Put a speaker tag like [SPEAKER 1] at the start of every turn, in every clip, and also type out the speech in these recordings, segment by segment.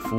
[SPEAKER 1] 服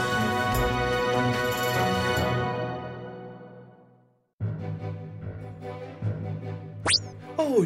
[SPEAKER 2] 哦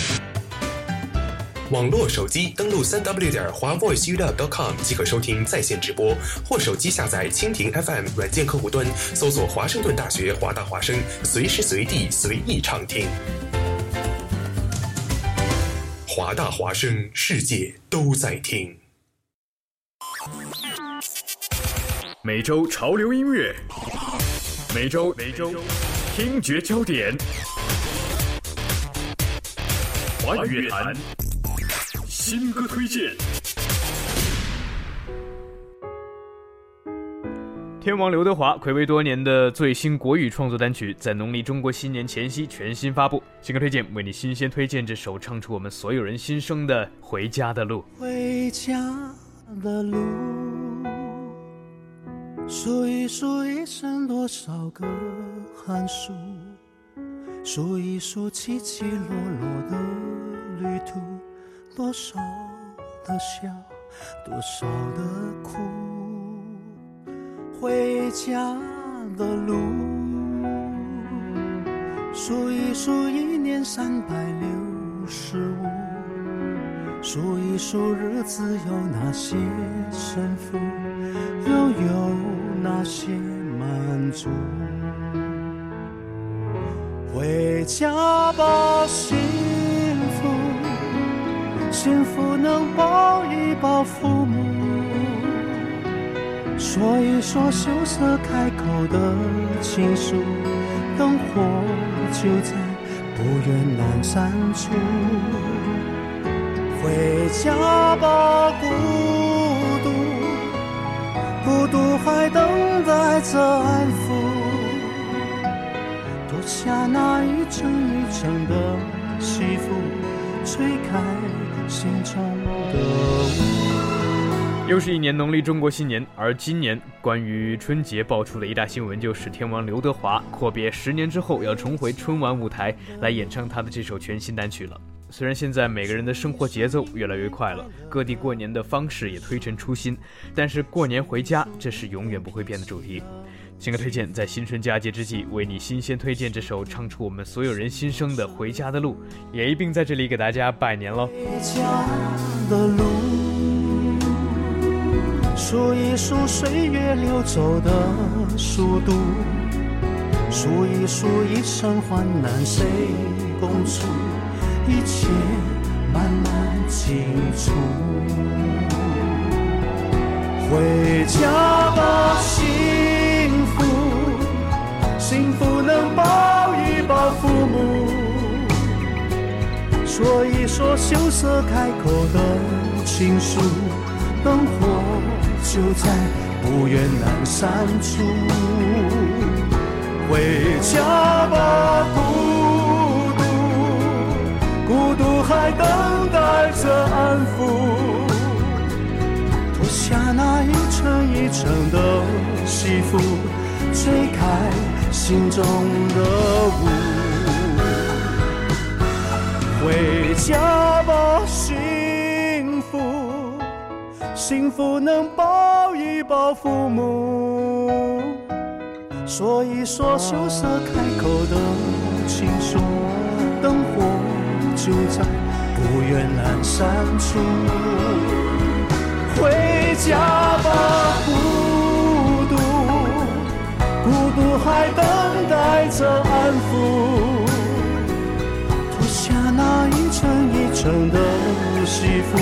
[SPEAKER 3] 网络手机登录三 w 点华 voice u p .com 即可收听在线直播，或手机下载蜻蜓 FM 软件客户端，搜索华盛顿大学华大华声，随时随地随意畅听。华大华声，世界都在听。
[SPEAKER 4] 每周潮流音乐，每周每周听觉焦点，华语乐坛新歌推荐。
[SPEAKER 5] 天王刘德华暌违多年的最新国语创作单曲，在农历中国新年前夕全新发布。新歌推荐为你新鲜推荐这首唱出我们所有人心声的《回家的路》。
[SPEAKER 6] 回家的路，数一数一生多少个寒暑，数一数起起落落的旅途，多少的笑，多少的哭，回家的路，数一数一年三百六十五。数一数日子有哪些胜负，又有哪些满足。回家吧，幸福，幸福能抱一抱父母，说一说羞涩开口的情书，灯火就在不远阑珊处。回家吧，孤独，孤独还等待着安抚。脱下那一层一层的西服，吹开心中的雾。
[SPEAKER 5] 又是一年农历中国新年，而今年关于春节爆出的一大新闻，就是天王刘德华阔别十年之后要重回春晚舞台来演唱他的这首全新单曲了。虽然现在每个人的生活节奏越来越快了，各地过年的方式也推陈出新，但是过年回家这是永远不会变的主题。新歌推荐在新春佳节之际，为你新鲜推荐这首唱出我们所有人心声的《回家的路》，也一并在这里给大家拜年喽。
[SPEAKER 6] 回家的路，数一数岁月流走的速度，数一数一生患难谁共处，一切慢慢清楚。回家吧，幸福，幸福能抱一抱父母。说一说羞涩开口的情书，灯火就在不远阑珊处。回家吧，孤独，孤独还等待着城的西风，吹开心中的雾。回家吧，幸福，幸福能抱一抱父母，说一说羞涩开口的情愫，灯火就在不远阑珊处。回家吧，孤独，孤独还等待着安抚。脱下那一层一层的西服，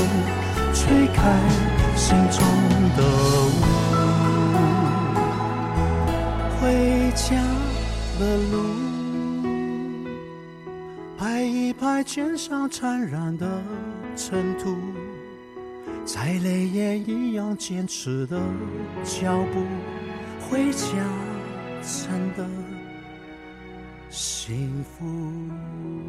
[SPEAKER 6] 吹开心中的雾。回家的路，拍一拍肩上沾染的尘土。再累也一样坚持的脚步，回家真的幸福。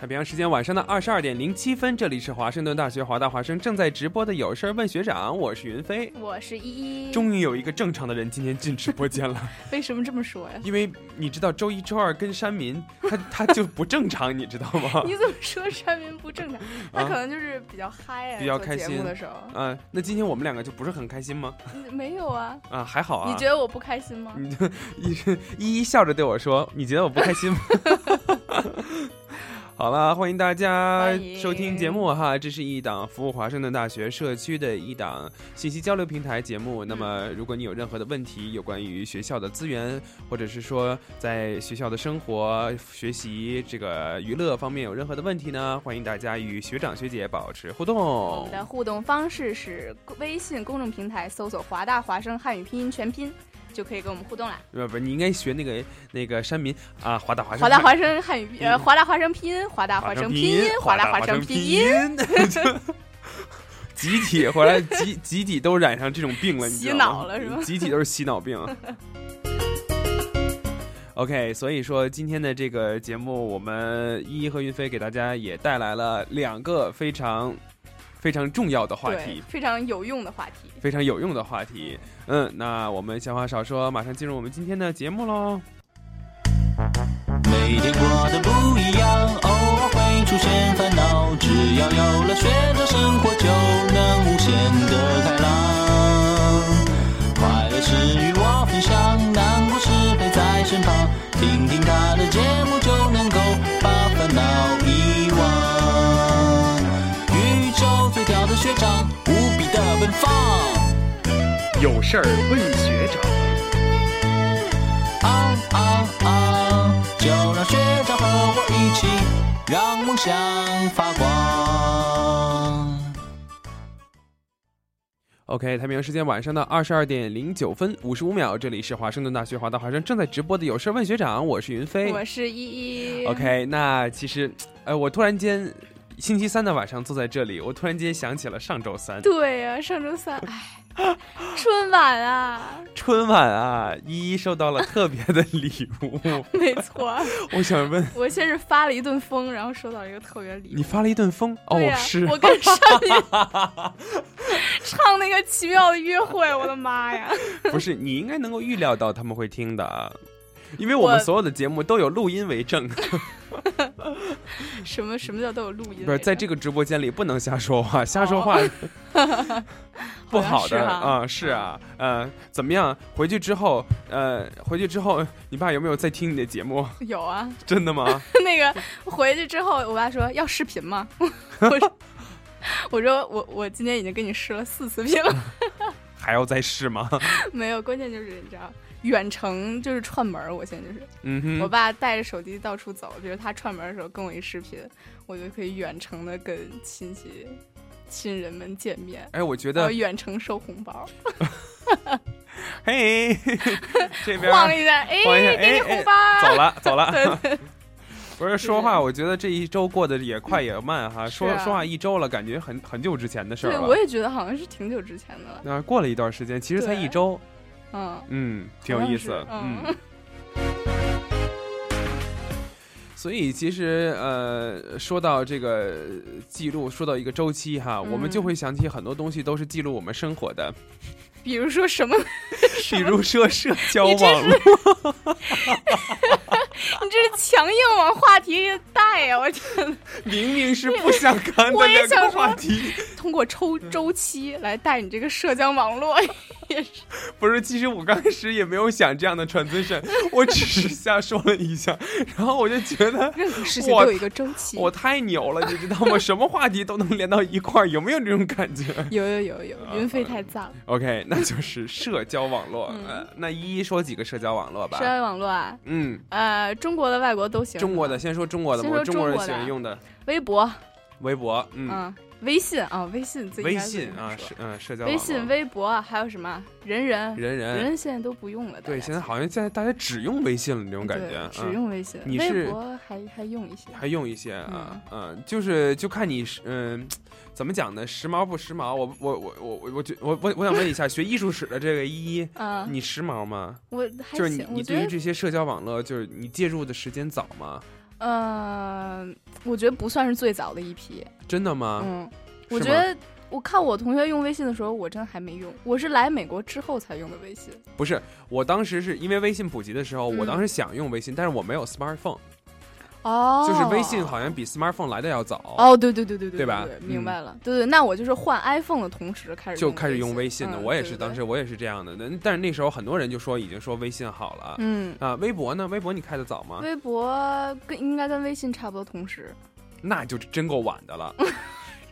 [SPEAKER 7] 太平洋时间晚上的二十二点零七分，这里是华盛顿大学华大华生正在直播的《有事儿问学长》，我是云飞，
[SPEAKER 8] 我是依依。
[SPEAKER 7] 终于有一个正常的人今天进直播间了。
[SPEAKER 8] 为什么这么说呀？
[SPEAKER 7] 因为你知道周一、周二跟山民，他他就不正常，你知道 吗？
[SPEAKER 8] 你怎么说山民不正常？ 他可能就是啊比较嗨啊，
[SPEAKER 7] 比较开心
[SPEAKER 8] 的时候。
[SPEAKER 7] 嗯、呃，那今天我们两个就不是很开心吗？
[SPEAKER 8] 没有啊。
[SPEAKER 7] 啊、
[SPEAKER 8] 嗯
[SPEAKER 7] 呃，还好啊。
[SPEAKER 8] 你觉得我不开心吗？
[SPEAKER 7] 你 依依笑着对我说：“你觉得我不开心吗？” 好了，欢迎大家收听节目哈，这是一档服务华盛顿大学社区的一档信息交流平台节目。那么，如果你有任何的问题，有关于学校的资源，或者是说在学校的生活、学习、这个娱乐方面有任何的问题呢，欢迎大家与学长学姐保持互动。
[SPEAKER 8] 我们的互动方式是微信公众平台搜索“华大华生汉语拼音全拼”。就可以跟我们互动了。
[SPEAKER 7] 呃不不，你应该学那个那个山民啊，华大华生，
[SPEAKER 8] 华大华生汉语呃，华大华生拼音，华大华生拼音，华大华生拼音。
[SPEAKER 7] 集体回来，集集体都染上这种病了，你知
[SPEAKER 8] 道吗？洗脑了是吗？
[SPEAKER 7] 集体都是洗脑病。OK，所以说今天的这个节目，我们依依和云飞给大家也带来了两个非常。非常重要的话题，
[SPEAKER 8] 非常有用的话题，
[SPEAKER 7] 非常有用的话题。嗯，那我们闲话少说，马上进入我们今天的节目喽。
[SPEAKER 9] 每天过得不一样，偶尔会出现烦恼，只要有了学长，生活就能无限的开朗。快乐是与我分享，难过时陪在身旁，听听他的节目就能够把烦恼遗忘。洲最屌的学长，无比的奔放。
[SPEAKER 4] 有事儿问学长。
[SPEAKER 9] 啊啊啊！就让学长和我一起，让梦想发光。
[SPEAKER 7] OK，太平洋时间晚上的二十二点零九分五十五秒，这里是华盛顿大学华大华生正在直播的《有事问学长》，我是云飞，
[SPEAKER 8] 我是依依。
[SPEAKER 7] OK，那其实，呃，我突然间。星期三的晚上坐在这里，我突然间想起了上周三。
[SPEAKER 8] 对呀、啊，上周三，哎，春晚啊，
[SPEAKER 7] 春晚啊，依依收到了特别的礼物。
[SPEAKER 8] 没错，
[SPEAKER 7] 我想问，
[SPEAKER 8] 我先是发了一顿风，然后收到一个特别礼物。
[SPEAKER 7] 你发了一顿风？哦，
[SPEAKER 8] 啊、
[SPEAKER 7] 是。
[SPEAKER 8] 我跟上 帝唱那个奇妙的约会，我的妈呀！
[SPEAKER 7] 不是，你应该能够预料到他们会听的。啊因为我们所有的节目都有录音为证，
[SPEAKER 8] 什么什么叫都有录音？
[SPEAKER 7] 不是，在这个直播间里不能瞎说话，瞎说话、
[SPEAKER 8] 哦、
[SPEAKER 7] 不好的
[SPEAKER 8] 啊、
[SPEAKER 7] 嗯！是啊，呃，怎么样？回去之后，呃，回去之后，你爸有没有在听你的节目？
[SPEAKER 8] 有啊，
[SPEAKER 7] 真的吗？
[SPEAKER 8] 那个回去之后，我爸说要视频吗？ 我说，我说我我今天已经给你试了四次频了，
[SPEAKER 7] 还要再试吗？
[SPEAKER 8] 嗯没有，关键就是你知道。远程就是串门儿，我现在就是，
[SPEAKER 7] 嗯哼
[SPEAKER 8] 我爸带着手机到处走，比如他串门儿的时候跟我一视频，我就可以远程的跟亲戚、亲人们见面。
[SPEAKER 7] 哎我觉
[SPEAKER 8] 还
[SPEAKER 7] 得
[SPEAKER 8] 有远程收红包，
[SPEAKER 7] 嘿， 这边
[SPEAKER 8] 晃一下，哎，
[SPEAKER 7] 晃一下，
[SPEAKER 8] 给你
[SPEAKER 7] 哎
[SPEAKER 8] 红包儿，
[SPEAKER 7] 走了走
[SPEAKER 8] 对
[SPEAKER 7] 了
[SPEAKER 8] 对。
[SPEAKER 7] 不是说话，我觉得这一周过得也快也慢哈。说
[SPEAKER 8] 是啊
[SPEAKER 7] 说话一周了，感觉很很久之前的事儿
[SPEAKER 8] 对，
[SPEAKER 7] 了。
[SPEAKER 8] 我也觉得好像是挺久之前的了，
[SPEAKER 7] 那过了一段时间，其实才
[SPEAKER 8] 对
[SPEAKER 7] 一周，
[SPEAKER 8] 嗯
[SPEAKER 7] 嗯，挺有意思
[SPEAKER 8] 好，像是嗯。
[SPEAKER 7] 所以其实呃，说到这个呃记录，说到一个周期哈，
[SPEAKER 8] 嗯
[SPEAKER 7] 我们就会想起很多东西都是记录我们生活 的，
[SPEAKER 8] 比如说什么，
[SPEAKER 7] 比如说社交
[SPEAKER 8] 你这
[SPEAKER 7] 网络。
[SPEAKER 8] 你这是强硬往话题带啊 呀、我天哪！
[SPEAKER 7] 明明是不相干
[SPEAKER 8] 我
[SPEAKER 7] 的
[SPEAKER 8] 也
[SPEAKER 7] 两
[SPEAKER 8] 想
[SPEAKER 7] 个
[SPEAKER 8] 说
[SPEAKER 7] 话题，嗯
[SPEAKER 8] 通过抽周期来带你这个社交网 络，也是
[SPEAKER 7] 不是？其实我刚开始也没有想这样的 transition，我只是瞎说了一下，然后我就觉得
[SPEAKER 8] 任何事情
[SPEAKER 7] 我
[SPEAKER 8] 都有一个周期。
[SPEAKER 7] 我太牛了，你知道吗？什么话题都能连到一块儿，有没有这种感觉？
[SPEAKER 8] 有有有有，
[SPEAKER 7] 呃
[SPEAKER 8] 云飞太赞了。
[SPEAKER 7] OK，那就是社交网络。
[SPEAKER 8] 嗯
[SPEAKER 7] 呃，那一一说几个社交网络吧。
[SPEAKER 8] 社交网络啊，
[SPEAKER 7] 嗯，
[SPEAKER 8] 呃，中国的、外国都行。
[SPEAKER 7] 中国的先说中国的吧，
[SPEAKER 8] 先说
[SPEAKER 7] 中国人
[SPEAKER 8] 中国
[SPEAKER 7] 喜
[SPEAKER 8] 的
[SPEAKER 7] 欢用的
[SPEAKER 8] 微博，
[SPEAKER 7] 微博，嗯，
[SPEAKER 8] 嗯，微信啊，微信最应
[SPEAKER 7] 微
[SPEAKER 8] 该最
[SPEAKER 7] 信啊，是嗯，社交网
[SPEAKER 8] 微
[SPEAKER 7] 络
[SPEAKER 8] 信、微博啊，还有什么人人？
[SPEAKER 7] 人人
[SPEAKER 8] 人人现在都不用了，
[SPEAKER 7] 对，现在好像现在大家只用微信了，那种感觉
[SPEAKER 8] 对，，
[SPEAKER 7] 嗯
[SPEAKER 8] 只用微信。
[SPEAKER 7] 你
[SPEAKER 8] 微
[SPEAKER 7] 是
[SPEAKER 8] 博还还用一些，
[SPEAKER 7] 还用一些啊，嗯，就是就看你是嗯。怎么讲呢？时髦不时髦？我我我我我觉我我我想问一下，学艺术史的这个依依
[SPEAKER 8] 啊，
[SPEAKER 7] 你时髦吗？
[SPEAKER 8] 我还
[SPEAKER 7] 就是你
[SPEAKER 8] 行，我
[SPEAKER 7] 你
[SPEAKER 8] 觉
[SPEAKER 7] 对于
[SPEAKER 8] 得
[SPEAKER 7] 这些社交网络，就是你介入的时间早吗？
[SPEAKER 8] 呃，我觉得不算是最早的一批。
[SPEAKER 7] 真的吗？
[SPEAKER 8] 嗯，我
[SPEAKER 7] 啊是
[SPEAKER 8] 觉
[SPEAKER 7] 吗
[SPEAKER 8] 得我看我同学用微信的时候，我真还没用，我是来美国之后才用的微信。
[SPEAKER 7] 不是，我当时是因为微信普及的时候，
[SPEAKER 8] 嗯
[SPEAKER 7] 我当时想用微信，但是我没有 smartphone，、
[SPEAKER 8] 哦，
[SPEAKER 7] 就是微信好像比 smartphone 来的要早。
[SPEAKER 8] 哦，对对对对对，
[SPEAKER 7] 对吧嗯
[SPEAKER 8] 明白了，对对，那我就是换 iPhone 的同时开始
[SPEAKER 7] 就开始用微信的，
[SPEAKER 8] 嗯
[SPEAKER 7] 我也
[SPEAKER 8] 对
[SPEAKER 7] 是
[SPEAKER 8] 对
[SPEAKER 7] 当时我也是这样的，但但是那时候很多人就说已经说微信好了，
[SPEAKER 8] 嗯
[SPEAKER 7] 啊，微博呢？微博你开的早吗？
[SPEAKER 8] 微博跟应该跟微信差不多同时，
[SPEAKER 7] 那就真够晚的
[SPEAKER 8] 嗯
[SPEAKER 7] 了。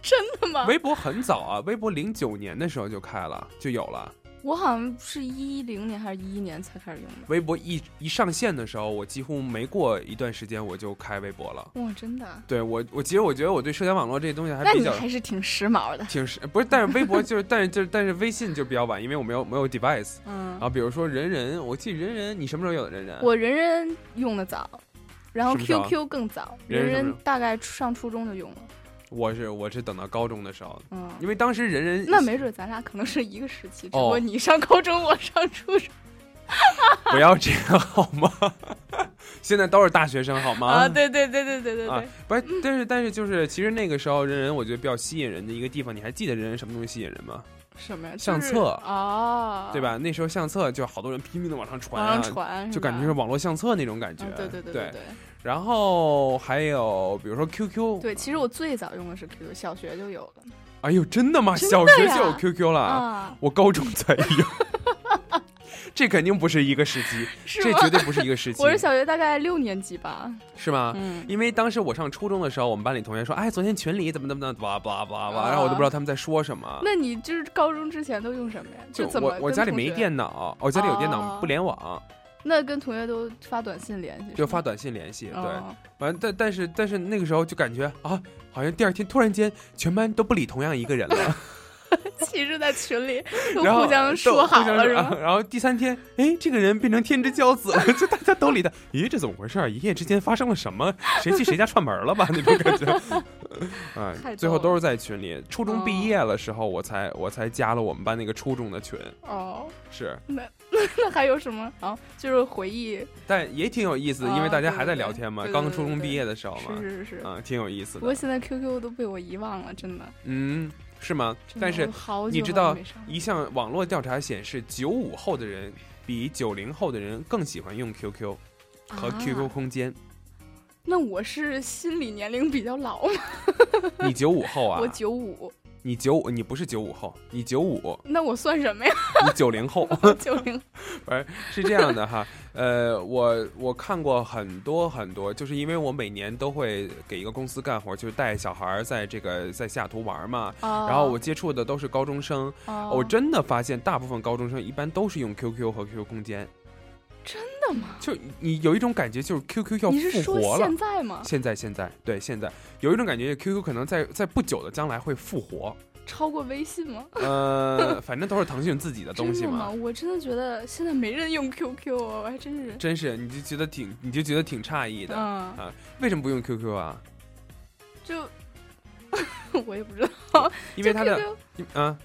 [SPEAKER 8] 真的吗？
[SPEAKER 7] 微博很早啊，微博零九年的时候就开了，就有了。
[SPEAKER 8] 我好像是一零年还是一一年才开始用的，
[SPEAKER 7] 微博一一上线的时候，我几乎没过一段时间我就开微博了。
[SPEAKER 8] 哇，真的啊？
[SPEAKER 7] 对我，我其实我觉得我对社交网络这东西还
[SPEAKER 8] 那
[SPEAKER 7] 比
[SPEAKER 8] 你
[SPEAKER 7] 较
[SPEAKER 8] 还是挺时髦的，
[SPEAKER 7] 挺是不是？但是微博就是，但是就是，但是微信就比较晚，因为我没有没有 device。
[SPEAKER 8] 嗯
[SPEAKER 7] 然后比如说人人，我记得人人，你什么时候有的人人？
[SPEAKER 8] 我人人用的早，然后
[SPEAKER 7] 什么时候
[SPEAKER 8] QQ 更早，
[SPEAKER 7] 啊人人什么时候
[SPEAKER 8] 人大概上初中就用了。
[SPEAKER 7] 我是我是等到高中的时候，
[SPEAKER 8] 嗯
[SPEAKER 7] 因为当时人人
[SPEAKER 8] 那没准咱俩可能是一个时期，只不
[SPEAKER 7] 哦
[SPEAKER 8] 过你上高中，我上初中。
[SPEAKER 7] 不要这样好吗？现在都是大学生好吗？
[SPEAKER 8] 啊，对对对对对对
[SPEAKER 7] 啊
[SPEAKER 8] 对，，
[SPEAKER 7] 不是，但是但是就是，其实那个时候人人我觉得比较吸引人的一个地方，你还记得人人什么东西吸引人吗？
[SPEAKER 8] 什么呀？就是
[SPEAKER 7] 相册
[SPEAKER 8] 哦，
[SPEAKER 7] 对？吧？那时候相册就好多人拼命的往上传、啊，
[SPEAKER 8] 往上嗯传是
[SPEAKER 7] 就感觉
[SPEAKER 8] 吧
[SPEAKER 7] 是网络相册那种感觉。
[SPEAKER 8] 嗯对对对对
[SPEAKER 7] 对
[SPEAKER 8] 对。
[SPEAKER 7] 然后还有比如说 QQ，
[SPEAKER 8] 对，其实我最早用的是 QQ，小学就有了。
[SPEAKER 7] 哎呦，真的吗？
[SPEAKER 8] 真的
[SPEAKER 7] 小学就有
[SPEAKER 8] 呀
[SPEAKER 7] QQ 了，
[SPEAKER 8] 啊
[SPEAKER 7] 我高中才 有。这肯定不是一个时期，
[SPEAKER 8] 嗯是
[SPEAKER 7] 这
[SPEAKER 8] 吗
[SPEAKER 7] 绝对不是一个时期，
[SPEAKER 8] 我是小学大概六年级吧。
[SPEAKER 7] 是吗？
[SPEAKER 8] 嗯
[SPEAKER 7] 因为当时我上初中的时候，我们班里同学说：“哎，昨天群里怎么怎么怎么，哇哇哇哇。”
[SPEAKER 8] 啊
[SPEAKER 7] 然后我都不知道他们在说什么。
[SPEAKER 8] 那你就是高中之前都用什么呀？
[SPEAKER 7] 就
[SPEAKER 8] 怎么
[SPEAKER 7] 我我
[SPEAKER 8] 跟
[SPEAKER 7] 家里
[SPEAKER 8] 同
[SPEAKER 7] 没
[SPEAKER 8] 学
[SPEAKER 7] 电脑，我家里有电
[SPEAKER 8] 哦
[SPEAKER 7] 脑不联网，
[SPEAKER 8] 那跟同学都发短信联系，
[SPEAKER 7] 就发短信联系。对
[SPEAKER 8] 哦，
[SPEAKER 7] 反正但但是但是那个时候就感觉啊，好像第二天突然间全班都不理同样一个人了。
[SPEAKER 8] 其实在 群里 都
[SPEAKER 7] 然后
[SPEAKER 8] 互相
[SPEAKER 7] 都
[SPEAKER 8] 说好
[SPEAKER 7] 互相
[SPEAKER 8] 了是
[SPEAKER 7] 说
[SPEAKER 8] 吧
[SPEAKER 7] 啊？然后第三天，哎，这个人变成天之骄子了， 就大家都理他。咦，这怎么回事儿？一夜之间发生了什么？谁去谁家串门了吧？ 那种感觉。
[SPEAKER 8] 太
[SPEAKER 7] 哎，
[SPEAKER 8] 逗
[SPEAKER 7] 最后
[SPEAKER 8] 了
[SPEAKER 7] 都是在群里。初中毕业了时候，我才我才加了我们班那个初中的群。
[SPEAKER 8] 哦，
[SPEAKER 7] 是，
[SPEAKER 8] 那那还有什么？啊，就是回忆，
[SPEAKER 7] 但也挺有意思的，因为
[SPEAKER 8] 啊
[SPEAKER 7] 大家
[SPEAKER 8] 对
[SPEAKER 7] 还在
[SPEAKER 8] 对
[SPEAKER 7] 聊天嘛，
[SPEAKER 8] 对对
[SPEAKER 7] 刚
[SPEAKER 8] 对
[SPEAKER 7] 初中
[SPEAKER 8] 对
[SPEAKER 7] 毕业的时候嘛，
[SPEAKER 8] 是是是
[SPEAKER 7] 嗯，挺有意思
[SPEAKER 8] 不
[SPEAKER 7] 的
[SPEAKER 8] 过。现在 QQ 都被我遗忘了，真的。
[SPEAKER 7] 嗯，是吗？
[SPEAKER 8] 真的
[SPEAKER 7] 但是
[SPEAKER 8] 我好久
[SPEAKER 7] 你知
[SPEAKER 8] 好久
[SPEAKER 7] 道
[SPEAKER 8] 没上，
[SPEAKER 7] 一项网络调查显示，九五后的人比九零后的人更喜欢用 QQ 和
[SPEAKER 8] 啊
[SPEAKER 7] QQ 空间。
[SPEAKER 8] 那我是心理年龄比较老吗？
[SPEAKER 7] 你九五后啊
[SPEAKER 8] 我？九五，
[SPEAKER 7] 你九五？你不是九五后，你九五，
[SPEAKER 8] 那我算什么 呀？
[SPEAKER 7] 你九零 后。
[SPEAKER 8] 九零，
[SPEAKER 7] 哎，是这样的哈，呃，我我看过很多很多，就是因为我每年都会给一个公司干活，就是带小孩儿在这个在西雅图玩嘛，
[SPEAKER 10] 哦
[SPEAKER 7] 然后我接触的都是高中生，
[SPEAKER 10] 哦
[SPEAKER 7] 我真的发现大部分高中生一般都是用 QQ 和 QQ 空间。
[SPEAKER 8] 真的吗？
[SPEAKER 7] 就你有一种感觉，就是 QQ 要
[SPEAKER 8] 你是
[SPEAKER 7] 复
[SPEAKER 8] 说
[SPEAKER 7] 活了。
[SPEAKER 8] 现在吗
[SPEAKER 7] 现在现在对现在有一种感觉，QQ 可能在在不久的将来会复活。
[SPEAKER 8] 超过微信吗？
[SPEAKER 7] 呃， 反正都是腾讯自己的东西
[SPEAKER 8] 真的吗？
[SPEAKER 7] 嘛。
[SPEAKER 8] 我真的觉得现在没人用 QQ，、哦、我还真是
[SPEAKER 7] 真是，你就觉得挺，你就觉得挺诧异的、
[SPEAKER 8] 嗯
[SPEAKER 7] 啊！为什么不用 QQ 啊？
[SPEAKER 8] 就 我也不知道，
[SPEAKER 7] 因为它的
[SPEAKER 8] 就 QQ
[SPEAKER 7] 因啊，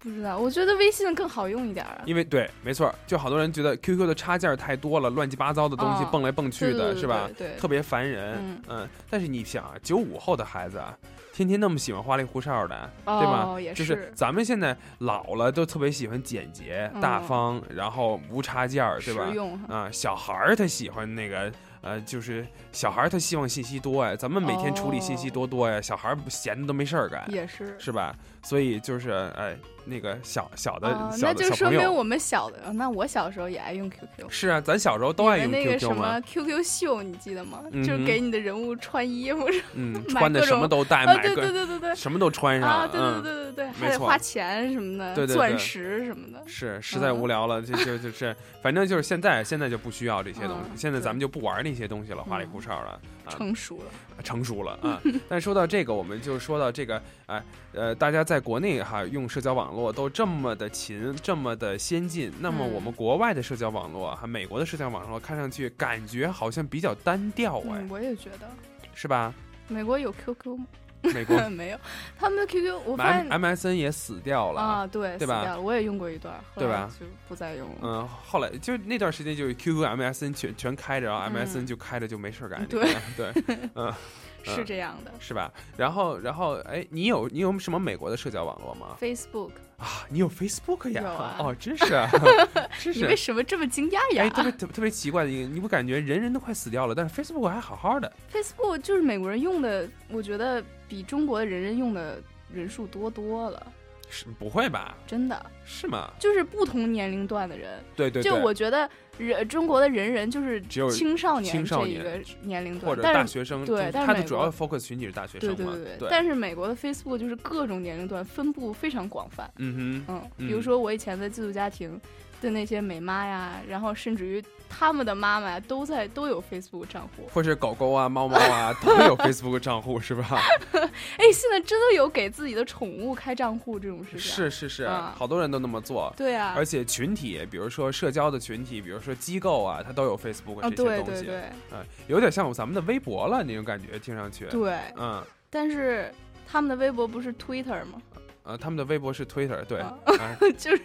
[SPEAKER 8] 不知道，我觉得微信更好用一点儿啊。
[SPEAKER 7] 因为对，没错，就好多人觉得 QQ 的插件太多了，乱七八糟的东西
[SPEAKER 8] 哦
[SPEAKER 7] 蹦来蹦去
[SPEAKER 8] 对对
[SPEAKER 7] 的，
[SPEAKER 8] 对
[SPEAKER 7] 是吧？
[SPEAKER 8] 对对
[SPEAKER 7] 特别烦人。
[SPEAKER 8] 嗯
[SPEAKER 7] 但是你想啊，九五后的孩子啊，天天那么喜欢花里胡哨的，对
[SPEAKER 8] 哦也
[SPEAKER 7] 吧？就是咱们现在老了都特别喜欢简洁、
[SPEAKER 8] 嗯
[SPEAKER 7] 大方，然后无插件儿，对吧
[SPEAKER 8] 实用？
[SPEAKER 7] 啊，小孩儿他喜欢那个。呃，就是小孩儿他希望信息多呀，咱们每天处理信息多多呀，小孩儿不闲的都没事儿干，
[SPEAKER 8] 也是
[SPEAKER 7] 哎是吧？所以就是哎，那个小小的、
[SPEAKER 8] 哦，
[SPEAKER 7] 小的
[SPEAKER 8] 那就
[SPEAKER 7] 小
[SPEAKER 8] 说
[SPEAKER 7] 朋友
[SPEAKER 8] 明我们小的，那我小时候也爱用 QQ。
[SPEAKER 7] 是啊，咱小时候都爱用
[SPEAKER 8] 那个
[SPEAKER 7] QQ
[SPEAKER 8] 什
[SPEAKER 7] 嘛
[SPEAKER 8] 么，QQ 秀，你记得吗？
[SPEAKER 7] 嗯哼
[SPEAKER 8] 就是给你的人物穿衣服，
[SPEAKER 7] 嗯，
[SPEAKER 8] 买
[SPEAKER 7] 穿的
[SPEAKER 8] 各
[SPEAKER 7] 什
[SPEAKER 8] 种
[SPEAKER 7] 么都戴，
[SPEAKER 8] 啊
[SPEAKER 7] 买
[SPEAKER 8] 对
[SPEAKER 7] 个
[SPEAKER 8] 对对对对
[SPEAKER 7] 什么都穿上，
[SPEAKER 8] 啊，对对
[SPEAKER 7] 嗯
[SPEAKER 8] 对对对，还
[SPEAKER 7] 没
[SPEAKER 8] 得
[SPEAKER 7] 错
[SPEAKER 8] 花钱什么的，
[SPEAKER 7] 对对对啊
[SPEAKER 8] 钻石什么的。
[SPEAKER 7] 是实
[SPEAKER 8] 嗯
[SPEAKER 7] 在无聊了，就就就是，反正就是现在现在就不需要这些东西，
[SPEAKER 8] 嗯
[SPEAKER 7] 现在咱们就不玩那些东西了，花里
[SPEAKER 8] 嗯
[SPEAKER 7] 胡哨了，啊
[SPEAKER 8] 成熟了，
[SPEAKER 7] 成熟了 啊。但说到这个，我们就说到这个，哎呃，大家在国内哈用社交网络都这么的勤，这么的先进，那么
[SPEAKER 8] 嗯
[SPEAKER 7] 我们国外的社交网络哈，美国的社交网络看上去感觉好像比较单调哎
[SPEAKER 8] 嗯，，我也觉得
[SPEAKER 7] 是吧？
[SPEAKER 8] 美国有 QQ 吗？
[SPEAKER 7] 美国
[SPEAKER 8] 没有，他们的 QQ 我发
[SPEAKER 7] M MSN
[SPEAKER 8] 现
[SPEAKER 7] 也死掉了
[SPEAKER 8] 啊，对，
[SPEAKER 7] 对
[SPEAKER 8] 死
[SPEAKER 7] 吧
[SPEAKER 8] 掉？了我也用过一段，后来
[SPEAKER 7] 对吧
[SPEAKER 8] 就不再用了。
[SPEAKER 7] 嗯，后来就那段时间就是 QQ、MSN 全全开着，然后
[SPEAKER 8] 嗯
[SPEAKER 7] MSN 就开着就没事儿干。
[SPEAKER 8] 对
[SPEAKER 7] 对，嗯，
[SPEAKER 8] 是这
[SPEAKER 7] 样，
[SPEAKER 8] 样的
[SPEAKER 7] 是吧？然后然后哎，你有你有什么美国的社交网络吗？
[SPEAKER 8] ，Facebook
[SPEAKER 7] 啊你有 Facebook 呀？
[SPEAKER 8] 有啊
[SPEAKER 7] 哦，真是 啊，真是。
[SPEAKER 8] 你为什么这么惊讶呀？
[SPEAKER 7] 哎，特别特别特别奇怪的一个，你不感觉人人都快死掉了，但是 Facebook 还好好的？
[SPEAKER 8] Facebook 就是美国人用的，我觉得比中国的人人用的人数多多了，
[SPEAKER 7] 是不会吧？
[SPEAKER 8] 真的。
[SPEAKER 7] 是吗？
[SPEAKER 8] 就是不同年龄段的人，
[SPEAKER 7] 对对对
[SPEAKER 8] 就我觉得人中国的人人就是
[SPEAKER 7] 只有
[SPEAKER 8] 青少年
[SPEAKER 7] 青少
[SPEAKER 8] 这一
[SPEAKER 7] 年
[SPEAKER 8] 个年龄段，
[SPEAKER 7] 或者
[SPEAKER 8] 但是
[SPEAKER 7] 大学生，
[SPEAKER 8] 对，但
[SPEAKER 7] 他的
[SPEAKER 8] 是美
[SPEAKER 7] 主要
[SPEAKER 8] 国
[SPEAKER 7] focus 群体是大学生
[SPEAKER 8] 对
[SPEAKER 7] 嘛？
[SPEAKER 8] 对
[SPEAKER 7] 对
[SPEAKER 8] 对但是美国的 Facebook 就是各种年龄段分布非常广泛，
[SPEAKER 7] 嗯哼
[SPEAKER 8] 嗯，比如说我以前在寄宿家庭的那些美妈呀，然后甚至于他们的妈妈呀都在都有 Facebook 账户，
[SPEAKER 7] 或是狗狗啊、猫猫啊都有 Facebook 账户是吧？
[SPEAKER 8] 哎，现在真的有给自己的宠物开账户这种事情，
[SPEAKER 7] 是是是，
[SPEAKER 8] 啊
[SPEAKER 7] 好多人都那么做。
[SPEAKER 8] 对啊
[SPEAKER 7] 而且群体，比如说社交的群体，比如说机构啊，它都有 Facebook 这
[SPEAKER 8] 啊
[SPEAKER 7] 些东西。
[SPEAKER 8] 对对对
[SPEAKER 7] 嗯有点像咱们的微博了那种感觉，听上去。
[SPEAKER 8] 对
[SPEAKER 7] 嗯。
[SPEAKER 8] 但是他们的微博不是 Twitter 吗？
[SPEAKER 7] 呃，他们的微博是 Twitter，对，
[SPEAKER 8] 哦
[SPEAKER 7] 啊、
[SPEAKER 8] 就是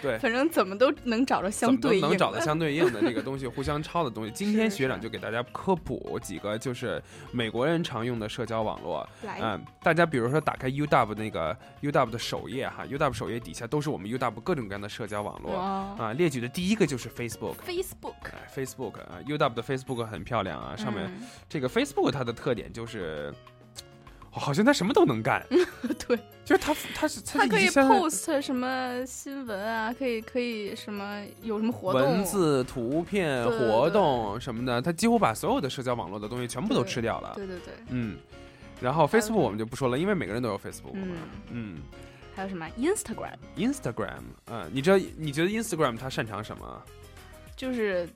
[SPEAKER 7] 对，
[SPEAKER 8] 反正怎么都能找着
[SPEAKER 7] 怎
[SPEAKER 8] 相
[SPEAKER 7] 么都
[SPEAKER 8] 对应的，
[SPEAKER 7] 能找到相对应的这个东西，互相抄的东 西。今天学长就给大家科普几个，就是美国人常用的社交网络。
[SPEAKER 8] 来
[SPEAKER 7] 嗯，大家比如说打开 UW 那个 UW 的首页哈，UW 首页底下都是我们 UW 各种各样的社交网络
[SPEAKER 8] 哇
[SPEAKER 7] 啊。列举的第一个就是 Facebook。
[SPEAKER 8] Facebook
[SPEAKER 7] 哎 Facebook 啊，UW 的 Facebook 很漂亮啊，上面
[SPEAKER 8] 嗯
[SPEAKER 7] 这个 Facebook 它的特点就是，哦好像它什么都能干，
[SPEAKER 8] 对，
[SPEAKER 7] 就是它它是它
[SPEAKER 8] 嗯它可
[SPEAKER 7] 已
[SPEAKER 8] 以
[SPEAKER 7] 经相当于
[SPEAKER 8] post 什么新闻啊，可以可以什么有什么活动，
[SPEAKER 7] 文字、图片、
[SPEAKER 8] 对对对
[SPEAKER 7] 活动什么的，它几乎把所有的社交网络的东西全部都
[SPEAKER 8] 对
[SPEAKER 7] 吃掉了。
[SPEAKER 8] 对对对，
[SPEAKER 7] 嗯，然后 Facebook 我们就不说了，因为每个人都有 Facebook 嘛。
[SPEAKER 8] 嗯，
[SPEAKER 7] 嗯
[SPEAKER 8] 还有什么啊 Instagram，
[SPEAKER 7] ，Instagram，嗯，你知道你觉得 Instagram 它擅长什么
[SPEAKER 8] 就是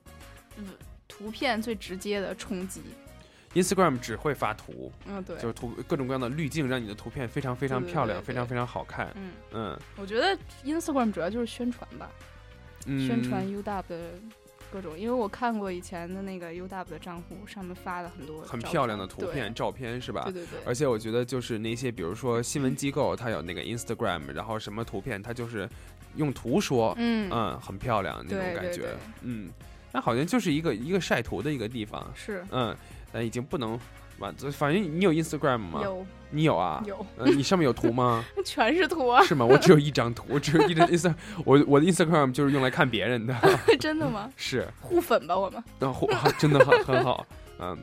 [SPEAKER 8] 嗯图片最直接的冲击，
[SPEAKER 7] ？Instagram 只会发图，
[SPEAKER 8] 嗯对
[SPEAKER 7] 就是图各种各样的滤镜，让你的图片非常非常
[SPEAKER 8] 对对
[SPEAKER 7] 漂亮，
[SPEAKER 8] 对对
[SPEAKER 7] 非常非常好看。
[SPEAKER 8] 嗯
[SPEAKER 7] 嗯
[SPEAKER 8] 我觉得 Instagram 主要就是宣传吧，
[SPEAKER 7] 嗯，
[SPEAKER 8] 宣传 UW 的各种，因为我看过以前的那个 UW 的账户上面发了很多
[SPEAKER 7] 很
[SPEAKER 8] 照
[SPEAKER 7] 漂亮的
[SPEAKER 8] 片
[SPEAKER 7] 图
[SPEAKER 8] 对
[SPEAKER 7] 片、照片是吧？
[SPEAKER 8] 对对对
[SPEAKER 7] 而且我觉得就是那些，比如说新闻机构，它有那个 Instagram，然后什么图片，它就是用图说，
[SPEAKER 8] 嗯
[SPEAKER 7] 很漂亮啊那种
[SPEAKER 8] 对
[SPEAKER 7] 感
[SPEAKER 8] 对
[SPEAKER 7] 觉，
[SPEAKER 8] 对
[SPEAKER 7] 嗯，那好像就是一个一个晒图的一个地方，
[SPEAKER 8] 是
[SPEAKER 7] 嗯，但已经不能完，反正你有 Instagram 吗？
[SPEAKER 8] 有，
[SPEAKER 7] 你有 啊？
[SPEAKER 8] 有
[SPEAKER 7] 呃你上面有图吗？
[SPEAKER 8] 全是 图啊，
[SPEAKER 7] 是吗？我只有一张图，我只有一张 Insta，我 我的 Instagram 就是用来看别人的，
[SPEAKER 8] 真的吗？
[SPEAKER 7] 是，
[SPEAKER 8] 互粉吧我们
[SPEAKER 7] 然后、啊、真的很很好，嗯，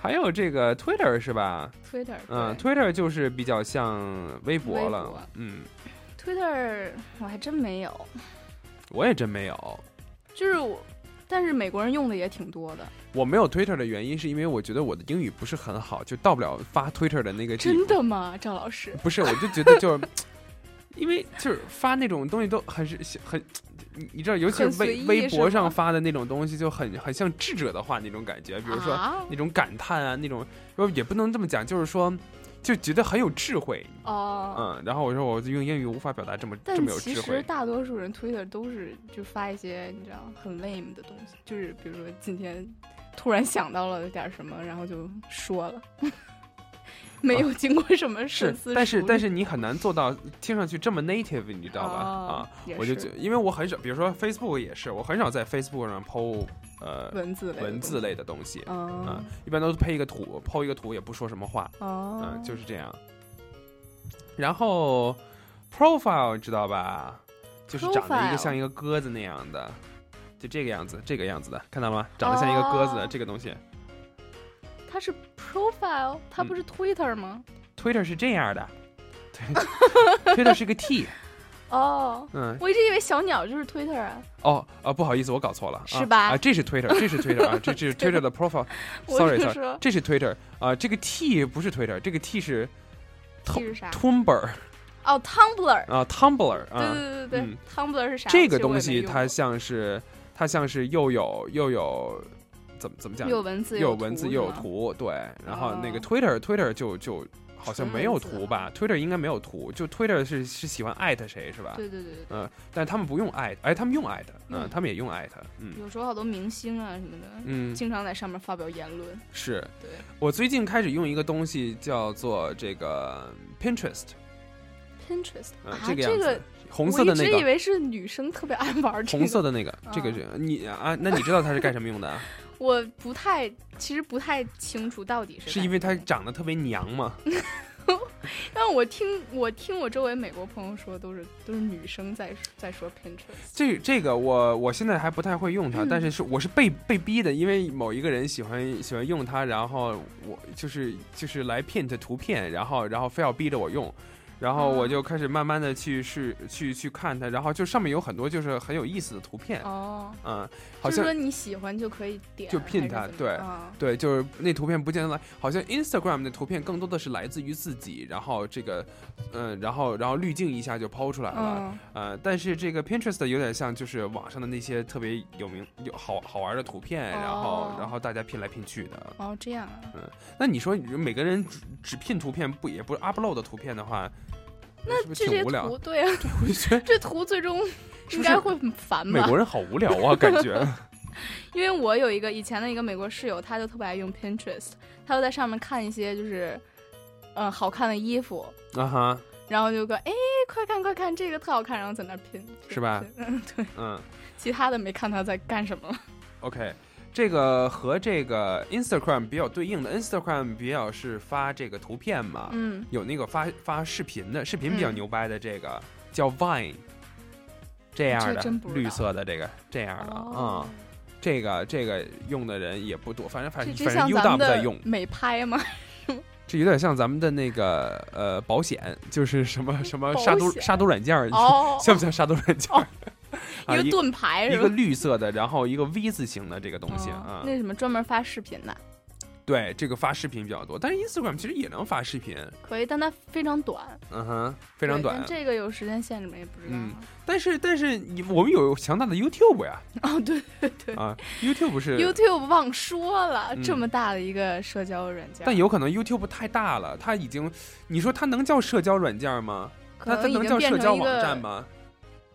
[SPEAKER 7] 还有这个 Twitter 是吧？
[SPEAKER 8] Twitter
[SPEAKER 7] 嗯，Twitter 就是比较像微博了，
[SPEAKER 8] 微博
[SPEAKER 7] 嗯，
[SPEAKER 8] Twitter 我还真没有，
[SPEAKER 7] 我也真没有，
[SPEAKER 8] 就是我，但是美国人用的也挺多的，
[SPEAKER 7] 我没有 Twitter 的原因是因为我觉得我的英语不是很好，就到不了发 Twitter 的那个地步
[SPEAKER 8] 真。的吗，赵老师？
[SPEAKER 7] 不是，我就觉得就是，因为就是发那种东西都很是很，你你知道，尤其
[SPEAKER 8] 很
[SPEAKER 7] 是
[SPEAKER 8] 随
[SPEAKER 7] 微
[SPEAKER 8] 意
[SPEAKER 7] 微博
[SPEAKER 8] 是吗
[SPEAKER 7] 上发的那种东西，就很很像智者的话那种感觉，比如说
[SPEAKER 8] 啊
[SPEAKER 7] 那种感叹啊，那种呃也不能这么讲，就是说就觉得很有智慧。
[SPEAKER 8] 哦。
[SPEAKER 7] 嗯，然后我说我用英语无法表达这么这
[SPEAKER 8] 但
[SPEAKER 7] 么有
[SPEAKER 8] 其
[SPEAKER 7] 智
[SPEAKER 8] 实
[SPEAKER 7] 慧，
[SPEAKER 8] 大多数人 Twitter 都是就发一些你知道很 lame 的东西，就是比如说今天突然想到了点什么，然后就说了， 没有经过什么
[SPEAKER 7] 啊是
[SPEAKER 8] 深思熟虑、，
[SPEAKER 7] 但是但是你很难做到听上去这么 native，你知道吧？
[SPEAKER 8] 哦
[SPEAKER 7] 啊
[SPEAKER 8] 也，
[SPEAKER 7] 我就是觉，因为我很少，比如说 Facebook 也是，我很少在 Facebook 上 PO 呃
[SPEAKER 8] 文字类的
[SPEAKER 7] 文字
[SPEAKER 8] 东西
[SPEAKER 7] 类的东西，
[SPEAKER 8] 哦
[SPEAKER 7] 啊，一般都是配一个图，PO 一个图，也不说什么话，
[SPEAKER 8] 哦
[SPEAKER 7] 嗯，就是这样。然后 profile 知道吧？就是长得一个
[SPEAKER 8] Profile
[SPEAKER 7] 像一个鸽子那样的，就这个样子，这个样子的，看到吗？长得像一个鸽子的、
[SPEAKER 8] 哦
[SPEAKER 7] 这个东西。
[SPEAKER 8] 它是 profile，它
[SPEAKER 7] 嗯
[SPEAKER 8] 不是 Twitter 吗？
[SPEAKER 7] Twitter 是这样的 ，Twitter 是个 T，
[SPEAKER 8] 哦，
[SPEAKER 7] 嗯
[SPEAKER 8] 我一直以为小鸟就是 Twitter 啊，
[SPEAKER 7] 哦，啊，不好意思，我搞错了，啊
[SPEAKER 8] 是吧
[SPEAKER 7] 啊，这是 Twitter，这是 Twitter 啊，这 这是 Twitter 的
[SPEAKER 8] 我
[SPEAKER 7] profile，sorry
[SPEAKER 8] 就
[SPEAKER 7] sorry，
[SPEAKER 8] 说
[SPEAKER 7] 这是 Twitter 啊，这个 T 不是 Twitter，这个 T 是
[SPEAKER 8] T 是啥？
[SPEAKER 7] Tumblr
[SPEAKER 8] 哦，Tumblr，
[SPEAKER 7] 啊，Tumblr 啊，
[SPEAKER 8] 对对对对对
[SPEAKER 7] 嗯
[SPEAKER 8] ，Tumblr 是啥？
[SPEAKER 7] 这个
[SPEAKER 8] 其实我
[SPEAKER 7] 东
[SPEAKER 8] 也
[SPEAKER 7] 西
[SPEAKER 8] 没用
[SPEAKER 7] 它像是它像是又有又有怎么怎么讲？
[SPEAKER 8] 又有文字
[SPEAKER 7] 又
[SPEAKER 8] 又
[SPEAKER 7] 有
[SPEAKER 8] 有
[SPEAKER 7] 文字
[SPEAKER 8] 图
[SPEAKER 7] 又
[SPEAKER 8] 是
[SPEAKER 7] 有
[SPEAKER 8] 吗
[SPEAKER 7] 图，对。然后那个
[SPEAKER 8] 哦
[SPEAKER 7] Twitter Twitter 就就好像
[SPEAKER 8] 纯
[SPEAKER 7] 没有
[SPEAKER 8] 文字
[SPEAKER 7] 图吧？Twitter 应该没有图，就 Twitter 是是喜欢艾特谁是吧？
[SPEAKER 8] 对对对对
[SPEAKER 7] 嗯，但他们不用艾特，哎，他们用艾特，嗯，
[SPEAKER 8] 用
[SPEAKER 7] 他们也用艾特，嗯，
[SPEAKER 8] 有时候好多明星啊什么的，
[SPEAKER 7] 嗯
[SPEAKER 8] 经常在上面发表言论。
[SPEAKER 7] 是。
[SPEAKER 8] 对，
[SPEAKER 7] 我最近开始用一个东西叫做这个 Pinterest，
[SPEAKER 8] Pinterest
[SPEAKER 7] 嗯
[SPEAKER 8] 啊，
[SPEAKER 7] 这个样子
[SPEAKER 8] 个
[SPEAKER 7] 红色的那
[SPEAKER 8] 我一
[SPEAKER 7] 个
[SPEAKER 8] 直以为是女生特别爱玩这个。
[SPEAKER 7] 红色的那个，这个
[SPEAKER 8] 啊
[SPEAKER 7] 是你啊，那你知道它是干 什么用的啊？
[SPEAKER 8] 我不太，其实不太清楚到底是
[SPEAKER 7] 是
[SPEAKER 8] 干
[SPEAKER 7] 因为它长得特别娘嘛？
[SPEAKER 8] 但我听我听我周围美国朋友说，都是都是女生在在说 Pinterest。
[SPEAKER 7] 这这个我我现在还不太会用它，
[SPEAKER 8] 嗯
[SPEAKER 7] 但是是我是被被逼的，因为某一个人喜欢喜欢用它，然后我就是就是来 paint 图片，然后然后非要逼着我用，然后我就开始慢慢的去试去去看它，然后就上面有很多就是很有意思的图片，
[SPEAKER 8] 哦，
[SPEAKER 7] 嗯，好
[SPEAKER 8] 就是
[SPEAKER 7] 像
[SPEAKER 8] 说你喜欢就可以点，
[SPEAKER 7] 就 pin 它
[SPEAKER 8] 还是，怎么
[SPEAKER 7] 对、
[SPEAKER 8] 啊
[SPEAKER 7] 对，就是那图片不见得来，好像 Instagram 的图片更多的是来自于自己，然后这个，嗯、然后然后滤镜一下就抛出来
[SPEAKER 8] 嗯
[SPEAKER 7] 了，呃，但是这个 Pinterest 有点像就是网上的那些特别有名有好好玩的图片，然后、
[SPEAKER 8] 哦
[SPEAKER 7] 然后大家拼来拼去的，
[SPEAKER 8] 哦，这样啊，
[SPEAKER 7] 嗯，那你说你每个人只只拼图片不也不是 upload 的图片的话，
[SPEAKER 8] 那
[SPEAKER 7] 是不是
[SPEAKER 8] 这
[SPEAKER 7] 挺
[SPEAKER 8] 些
[SPEAKER 7] 无聊
[SPEAKER 8] 图对啊，
[SPEAKER 7] 我就觉得
[SPEAKER 8] 这图 最终应该会很烦吧？
[SPEAKER 7] 美国人好无聊啊，感觉。
[SPEAKER 8] 因为我有一个以前的一个美国室友，他就特别爱用 Pinterest，他就在上面看一些就是，嗯，好看的衣服，
[SPEAKER 7] 啊哈，
[SPEAKER 8] 然后就说，哎，快看快看，这个特好看，然后在那儿拼，拼
[SPEAKER 7] 是吧
[SPEAKER 8] 拼 嗯，对，
[SPEAKER 7] 嗯。
[SPEAKER 8] 其他的没看他在干什 么了。
[SPEAKER 7] OK，这个和这个 Instagram 比较对应的，Instagram 比较是发这个图片嘛，
[SPEAKER 8] 嗯
[SPEAKER 7] 有那个发发视频的，视频比较
[SPEAKER 8] 嗯
[SPEAKER 7] 牛掰的这个、叫 Vine，这样
[SPEAKER 8] 这
[SPEAKER 7] 的
[SPEAKER 8] 真不知道哦
[SPEAKER 7] 绿色的这个这样的啊、嗯这个这个用的人也不多，反正反
[SPEAKER 8] 这
[SPEAKER 7] 正
[SPEAKER 8] 这
[SPEAKER 7] 反正
[SPEAKER 8] 像
[SPEAKER 7] U
[SPEAKER 8] 咱
[SPEAKER 7] w
[SPEAKER 8] 们
[SPEAKER 7] 在
[SPEAKER 8] 的
[SPEAKER 7] 用，
[SPEAKER 8] 美 拍吗？
[SPEAKER 7] 这有点像咱们的那个呃保险，就是什么什么
[SPEAKER 8] 保
[SPEAKER 7] 杀毒
[SPEAKER 8] 险
[SPEAKER 7] 杀毒软件儿，
[SPEAKER 8] 哦 哎
[SPEAKER 7] 像不像杀毒软件儿？啊
[SPEAKER 8] 一个
[SPEAKER 7] 一
[SPEAKER 8] 盾牌
[SPEAKER 7] 一
[SPEAKER 8] 是
[SPEAKER 7] 个
[SPEAKER 8] 吧？哦
[SPEAKER 7] 绿色的，然后一个 V 字形的这个东西啊，
[SPEAKER 8] 那什么专门发视频的，
[SPEAKER 7] 对，这个发视频比较多，但是 Instagram 其实也能发视频，
[SPEAKER 8] 可以，但它非常短，
[SPEAKER 7] 嗯哼，非常
[SPEAKER 8] 对
[SPEAKER 7] 短
[SPEAKER 8] 但。这个有时间限制吗？也不知道。
[SPEAKER 7] 嗯，但是但是你我们有强大的 YouTube 呀，
[SPEAKER 8] 哦，对对对。
[SPEAKER 7] 啊，YouTube 是
[SPEAKER 8] YouTube 忘说了，
[SPEAKER 7] 嗯
[SPEAKER 8] 这么大的一个社交软件，
[SPEAKER 7] 但有可能 YouTube 太大了，它已经，你说它能叫社交软件吗？
[SPEAKER 8] 可
[SPEAKER 7] 它
[SPEAKER 8] 能
[SPEAKER 7] 它能
[SPEAKER 8] 已经
[SPEAKER 7] 叫
[SPEAKER 8] 变
[SPEAKER 7] 社
[SPEAKER 8] 成
[SPEAKER 7] 交
[SPEAKER 8] 一
[SPEAKER 7] 网
[SPEAKER 8] 个
[SPEAKER 7] 站吗？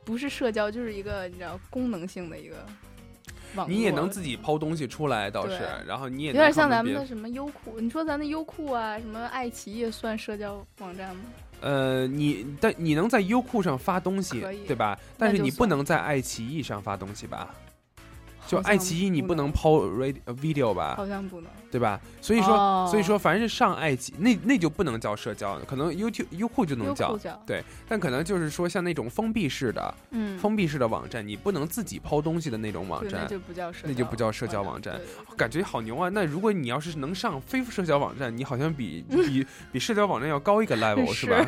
[SPEAKER 8] 不是社交，就是一个你知道功能性的一个网络，
[SPEAKER 7] 你也能自己抛东西出来倒是
[SPEAKER 8] 对，
[SPEAKER 7] 然后你也
[SPEAKER 8] 有
[SPEAKER 7] 能
[SPEAKER 8] 点
[SPEAKER 7] 看
[SPEAKER 8] 像
[SPEAKER 7] 到
[SPEAKER 8] 咱们
[SPEAKER 7] 别
[SPEAKER 8] 的什么优酷，你说咱的优酷啊，什么爱奇艺算社交网站吗？
[SPEAKER 7] 呃，你但你能在优酷上发东西
[SPEAKER 8] 可以，
[SPEAKER 7] 对吧？
[SPEAKER 8] 那
[SPEAKER 7] 但是
[SPEAKER 8] 就
[SPEAKER 7] 你不
[SPEAKER 8] 算
[SPEAKER 7] 能在爱奇艺上发东西吧？就
[SPEAKER 8] 好
[SPEAKER 7] 爱
[SPEAKER 8] 像
[SPEAKER 7] 奇艺你
[SPEAKER 8] 不
[SPEAKER 7] 不能抛 radio video 吧？
[SPEAKER 8] 好像不能。
[SPEAKER 7] 对吧？所以说，
[SPEAKER 8] 哦
[SPEAKER 7] 所以说，凡是上爱奇那那就不能叫社交，可能 YouTube 优酷就能
[SPEAKER 8] 优
[SPEAKER 7] 叫
[SPEAKER 8] 酷叫
[SPEAKER 7] 对，但可能就是说像那种封闭式的，
[SPEAKER 8] 嗯
[SPEAKER 7] 封闭式的网站，你不能自己抛东西的那种网
[SPEAKER 8] 对，
[SPEAKER 7] 站
[SPEAKER 8] 那，就不叫社交，
[SPEAKER 7] 那就不叫社交网站，感觉好牛啊！那如果你要是能上非社交网站，你好像比比 比社交网站要高一个 level 是吧？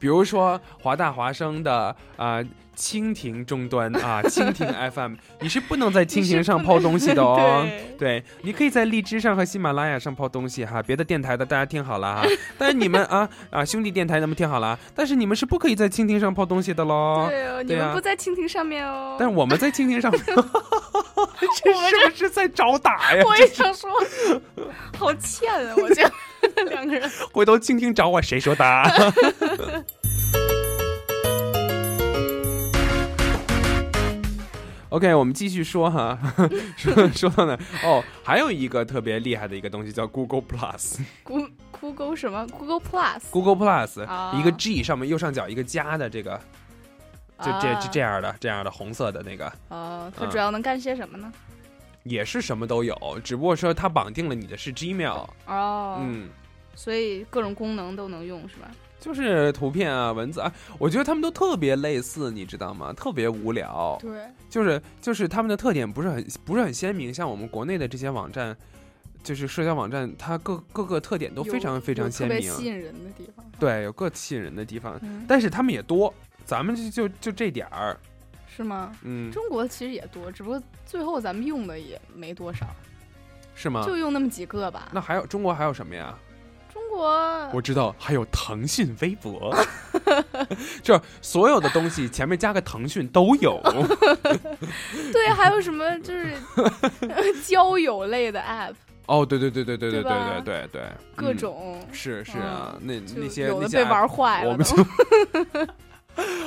[SPEAKER 7] 比如说华大华生的啊、呃蜻蜓终端啊，蜻蜓 FM，你是不能在蜻蜓上抛东西的哦。对，你可以在荔枝上和喜马拉雅上抛东西哈，别的电台的大家听好了 哈。但是你们啊啊兄弟电台，你们听好了，啊但是你们是不可以在蜻蜓上抛东西的喽。
[SPEAKER 8] 对哦，你
[SPEAKER 7] 对
[SPEAKER 8] 们
[SPEAKER 7] 啊
[SPEAKER 8] 不在蜻蜓上面哦。
[SPEAKER 7] 但是我们在蜻 蜓上，这是不是在找打呀？
[SPEAKER 8] 我
[SPEAKER 7] 这
[SPEAKER 8] 也想说，好欠啊！我这样 两个人，
[SPEAKER 7] 回头蜻蜓找我，谁说的？OK，我们继续说哈， 说说到哪儿？哦，还有一个特别厉害的一个东西叫 Google Plus。
[SPEAKER 8] Goo- Google 什么 Google Plus，
[SPEAKER 7] Google Plus，、
[SPEAKER 8] 啊
[SPEAKER 7] 一个 G 上面右上角一个加的这个，就这、
[SPEAKER 8] 啊
[SPEAKER 7] 就这样的这样的红色的那个，
[SPEAKER 8] 呃，它主要能干些什么呢？
[SPEAKER 7] 也是什么都有，只不过说它绑定了你的是 Gmail，、
[SPEAKER 8] 哦，
[SPEAKER 7] 嗯，
[SPEAKER 8] 所以各种功能都能用是吧？
[SPEAKER 7] 就是图片啊、文字啊，我觉得他们都特别类似，你知道吗？特别无聊，
[SPEAKER 8] 对，
[SPEAKER 7] 就是就是他们的特点不是很不是很鲜明，像我们国内的这些网站。就是社交网站，它各各个特点都非常
[SPEAKER 8] 有
[SPEAKER 7] 非常
[SPEAKER 8] 有
[SPEAKER 7] 鲜
[SPEAKER 8] 特
[SPEAKER 7] 明，
[SPEAKER 8] 别吸引人的地方
[SPEAKER 7] 对，有各吸引人的地方，
[SPEAKER 8] 嗯
[SPEAKER 7] 但是他们也多，咱们就就就这点儿，
[SPEAKER 8] 是吗？
[SPEAKER 7] 嗯，
[SPEAKER 8] 中国其实也多，只不过最后咱们用的也没多少，
[SPEAKER 7] 是吗？
[SPEAKER 8] 就用那么几个吧。
[SPEAKER 7] 啊那还有中国还有什么呀？
[SPEAKER 8] 中国
[SPEAKER 7] 我知道还有腾讯微博， 就是所有的东西前面加个腾讯都 有。
[SPEAKER 8] 对，还有什么就是交友类的 app，
[SPEAKER 7] 哦，对对对对对对
[SPEAKER 8] 对吧
[SPEAKER 7] 对对对对，
[SPEAKER 8] 各
[SPEAKER 7] 嗯
[SPEAKER 8] 种
[SPEAKER 7] 是是啊，那
[SPEAKER 8] 就
[SPEAKER 7] 那些
[SPEAKER 8] 有的
[SPEAKER 7] 那些
[SPEAKER 8] 被
[SPEAKER 7] app，
[SPEAKER 8] 玩坏了
[SPEAKER 7] 我们
[SPEAKER 8] 都
[SPEAKER 7] 就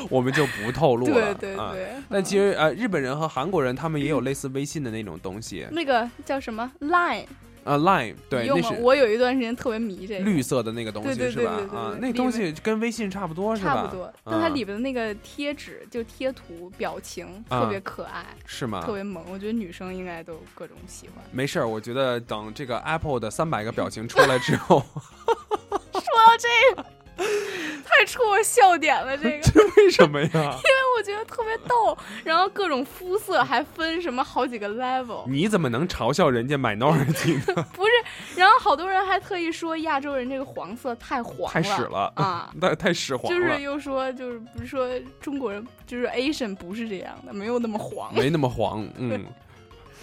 [SPEAKER 7] 我们就不透露了。
[SPEAKER 8] 对 对
[SPEAKER 7] 啊
[SPEAKER 8] 对
[SPEAKER 7] 但其实呃，日本人和韩国人他们也有类似微信的那种东西，
[SPEAKER 8] 那个叫什么 Line，
[SPEAKER 7] 呃，Line 对，
[SPEAKER 8] 你
[SPEAKER 7] 那
[SPEAKER 8] 用吗
[SPEAKER 7] 是？
[SPEAKER 8] 我有一段时间特别迷这个，
[SPEAKER 7] 绿色的那个东
[SPEAKER 8] 对
[SPEAKER 7] 西
[SPEAKER 8] 对
[SPEAKER 7] 是
[SPEAKER 8] 对
[SPEAKER 7] 吧
[SPEAKER 8] 对？对
[SPEAKER 7] 啊
[SPEAKER 8] 对，
[SPEAKER 7] 那
[SPEAKER 8] 里
[SPEAKER 7] 东
[SPEAKER 8] 面
[SPEAKER 7] 西跟微信差不多是吧？
[SPEAKER 8] 差不多，但它
[SPEAKER 7] 嗯
[SPEAKER 8] 里边的那个贴纸就贴图、表情
[SPEAKER 7] 啊
[SPEAKER 8] 特别可爱，
[SPEAKER 7] 是吗
[SPEAKER 8] 特别萌，我觉得女生应该都各种喜 欢。
[SPEAKER 7] 没事儿，我觉得等这个 Apple 的三百个表情出来之后，
[SPEAKER 8] 说到这个，太戳我笑点了，这个。
[SPEAKER 7] 这为什么呀
[SPEAKER 8] 因？为我觉得特别逗，然后各种肤色还分什么好几个 level，
[SPEAKER 7] 你怎么能嘲笑人家 minority 呢？
[SPEAKER 8] 不是？然后好多人还特意说亚洲人这个黄色太黄了，
[SPEAKER 7] 太屎了
[SPEAKER 8] 啊！！
[SPEAKER 7] 太太屎黄
[SPEAKER 8] 就是
[SPEAKER 7] 了，
[SPEAKER 8] 又说，就是不是说中国人，就是 Asian 不是这样的，没有那么黄。
[SPEAKER 7] 没那么黄，嗯。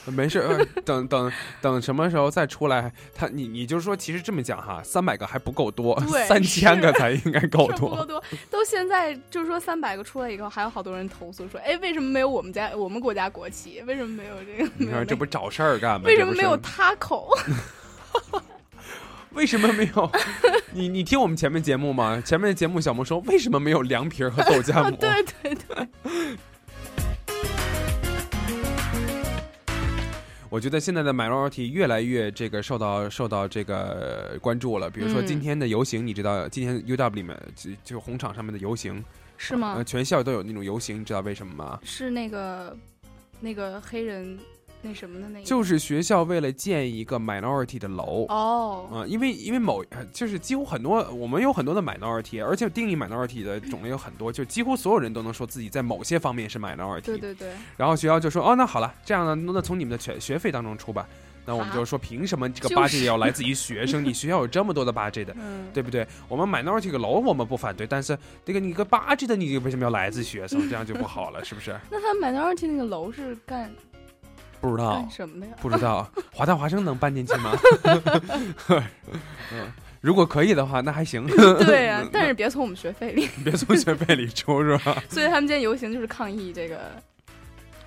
[SPEAKER 7] 没事儿，呃等等等什么时候再出来？他你你就说，其实这么讲哈，三百个还不够多，
[SPEAKER 8] 对
[SPEAKER 7] 三千个
[SPEAKER 8] 是
[SPEAKER 7] 才应该够
[SPEAKER 8] 是不够
[SPEAKER 7] 多。
[SPEAKER 8] 多，都现在就是说三百个出来以后，还有好多人投诉说，哎，为什么没有我们家我们国家国旗？为什么没有这个？
[SPEAKER 7] 你看这不找事儿干吗？
[SPEAKER 8] 为
[SPEAKER 7] 这
[SPEAKER 8] 什么
[SPEAKER 7] 不
[SPEAKER 8] 没
[SPEAKER 7] 是
[SPEAKER 8] 有他 口？
[SPEAKER 7] 为什么没有？ 你你听我们前面节目吗？前面的节目小萌说为什么没有凉皮儿和豆 浆 馍？
[SPEAKER 8] 对对对，
[SPEAKER 7] 我觉得现在的 minority 越来越这个受到受到这个呃关注了。比如说
[SPEAKER 8] 嗯
[SPEAKER 7] 今天的游行，你知道今天 UW 里面就就红场上面的游行
[SPEAKER 8] 是吗
[SPEAKER 7] 呃，全校都有那种游行，你知道为什么吗？
[SPEAKER 8] 是那个那个黑人那什么的那个，
[SPEAKER 7] 就是学校为了建一个 minority 的楼。
[SPEAKER 8] 哦，
[SPEAKER 7] 啊、因为因为某呃就是几乎很多我们有很多的 minority，而且定义 minority 的种类有很多，就几乎所有人都能说自己在某些方面是 minority。
[SPEAKER 8] 对对对，
[SPEAKER 7] 然后学校就说：“哦，那好了，这样呢，那那从你们的学学费当中出吧。”那我们就说，凭什么这个
[SPEAKER 8] 就是
[SPEAKER 7] budget 要来自于学生？你学校有这么多的 budget 的，
[SPEAKER 8] 嗯
[SPEAKER 7] 对不对？我们 minority 个楼我们不反对，但是这个你个 budget 的你为什么要来自学生？这样就不好了，是不是？
[SPEAKER 8] 那他买 i 二 o 那个楼是干
[SPEAKER 7] 不知道
[SPEAKER 8] 干，什么的呀？
[SPEAKER 7] 不知 道，华大华生能搬进去吗？ 嗯，如果可以的话，那还 行。
[SPEAKER 8] 对呀、但是别从我们学费里。
[SPEAKER 7] 别从学费里出是 吧？
[SPEAKER 8] 所以他们今天游行就是抗议这个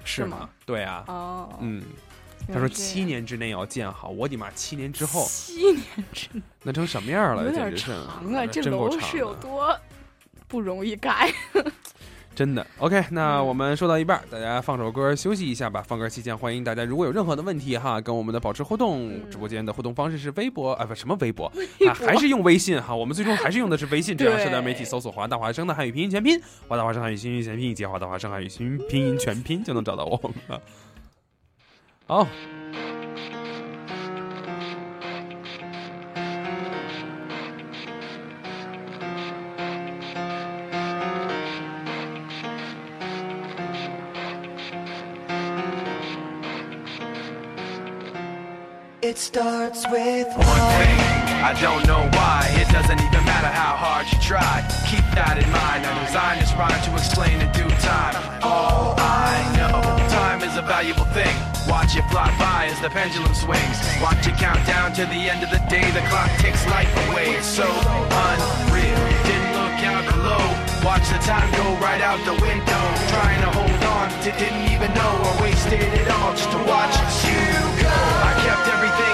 [SPEAKER 7] 是
[SPEAKER 8] 吗？
[SPEAKER 7] 对啊，
[SPEAKER 8] 哦，
[SPEAKER 7] 嗯，他
[SPEAKER 8] 原来
[SPEAKER 7] 说
[SPEAKER 8] 这样
[SPEAKER 7] 七年之内要建好，我的妈，七年之 后
[SPEAKER 8] 七年之内
[SPEAKER 7] 那成什么样了？
[SPEAKER 8] 有
[SPEAKER 7] 简
[SPEAKER 8] 点
[SPEAKER 7] 直是
[SPEAKER 8] 长啊，这
[SPEAKER 7] 真够
[SPEAKER 8] 楼
[SPEAKER 7] 长
[SPEAKER 8] 是有
[SPEAKER 7] 的
[SPEAKER 8] 多不容易盖。
[SPEAKER 7] 真的。OK，那我们说到一半儿，大家放首歌休息一下吧。放歌期间，欢迎大家如果有任何的问题哈，跟我们的保持互动。
[SPEAKER 8] 嗯
[SPEAKER 7] 直播间的互动方式是微博啊，不什么微博，啊、还是用微信哈。我们最终还是用啊的是微信这样社交媒体，搜索“华大华生”的汉语拼音全拼，“华大华生汉语拼音全拼”以及“华大华生汉语拼音拼音全拼”就能找到我们了。好，
[SPEAKER 10] It starts with one. I don't know why, it doesn't even matter how hard you try. Keep that in mind, I design this rhyme to explain in due time. All I know, time is a valuable thing. Watch it fly by as the pendulum swings. Watch it count down to the end of the day, the clock takes life away. It's so unreal, didn't look out below. Watch the time go right out the window. Trying to hold on to didn't even know I wasted it all just to watch you go. I kept everything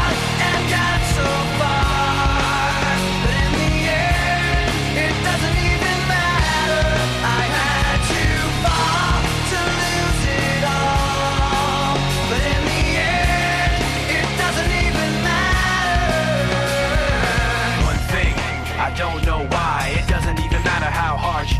[SPEAKER 10] and got so far. But in the end, it doesn't even matter. I had to fall to lose it all. But in the end, it doesn't even matter. One thing, I don't know why. It doesn't even matter how hard you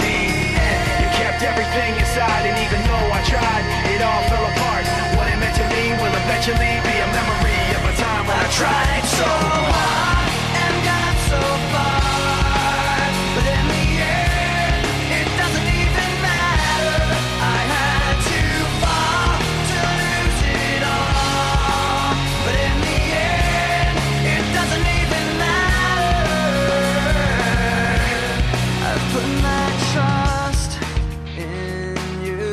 [SPEAKER 10] the end. You kept everything inside, and even though I tried, it all fell apart. What it meant to me will eventually be a memory of a time when I tried so hard and got so far. But in the end, it doesn't even matter. I had to fall to lose it all. But in the end, it doesn't even matter. I put my trust in you,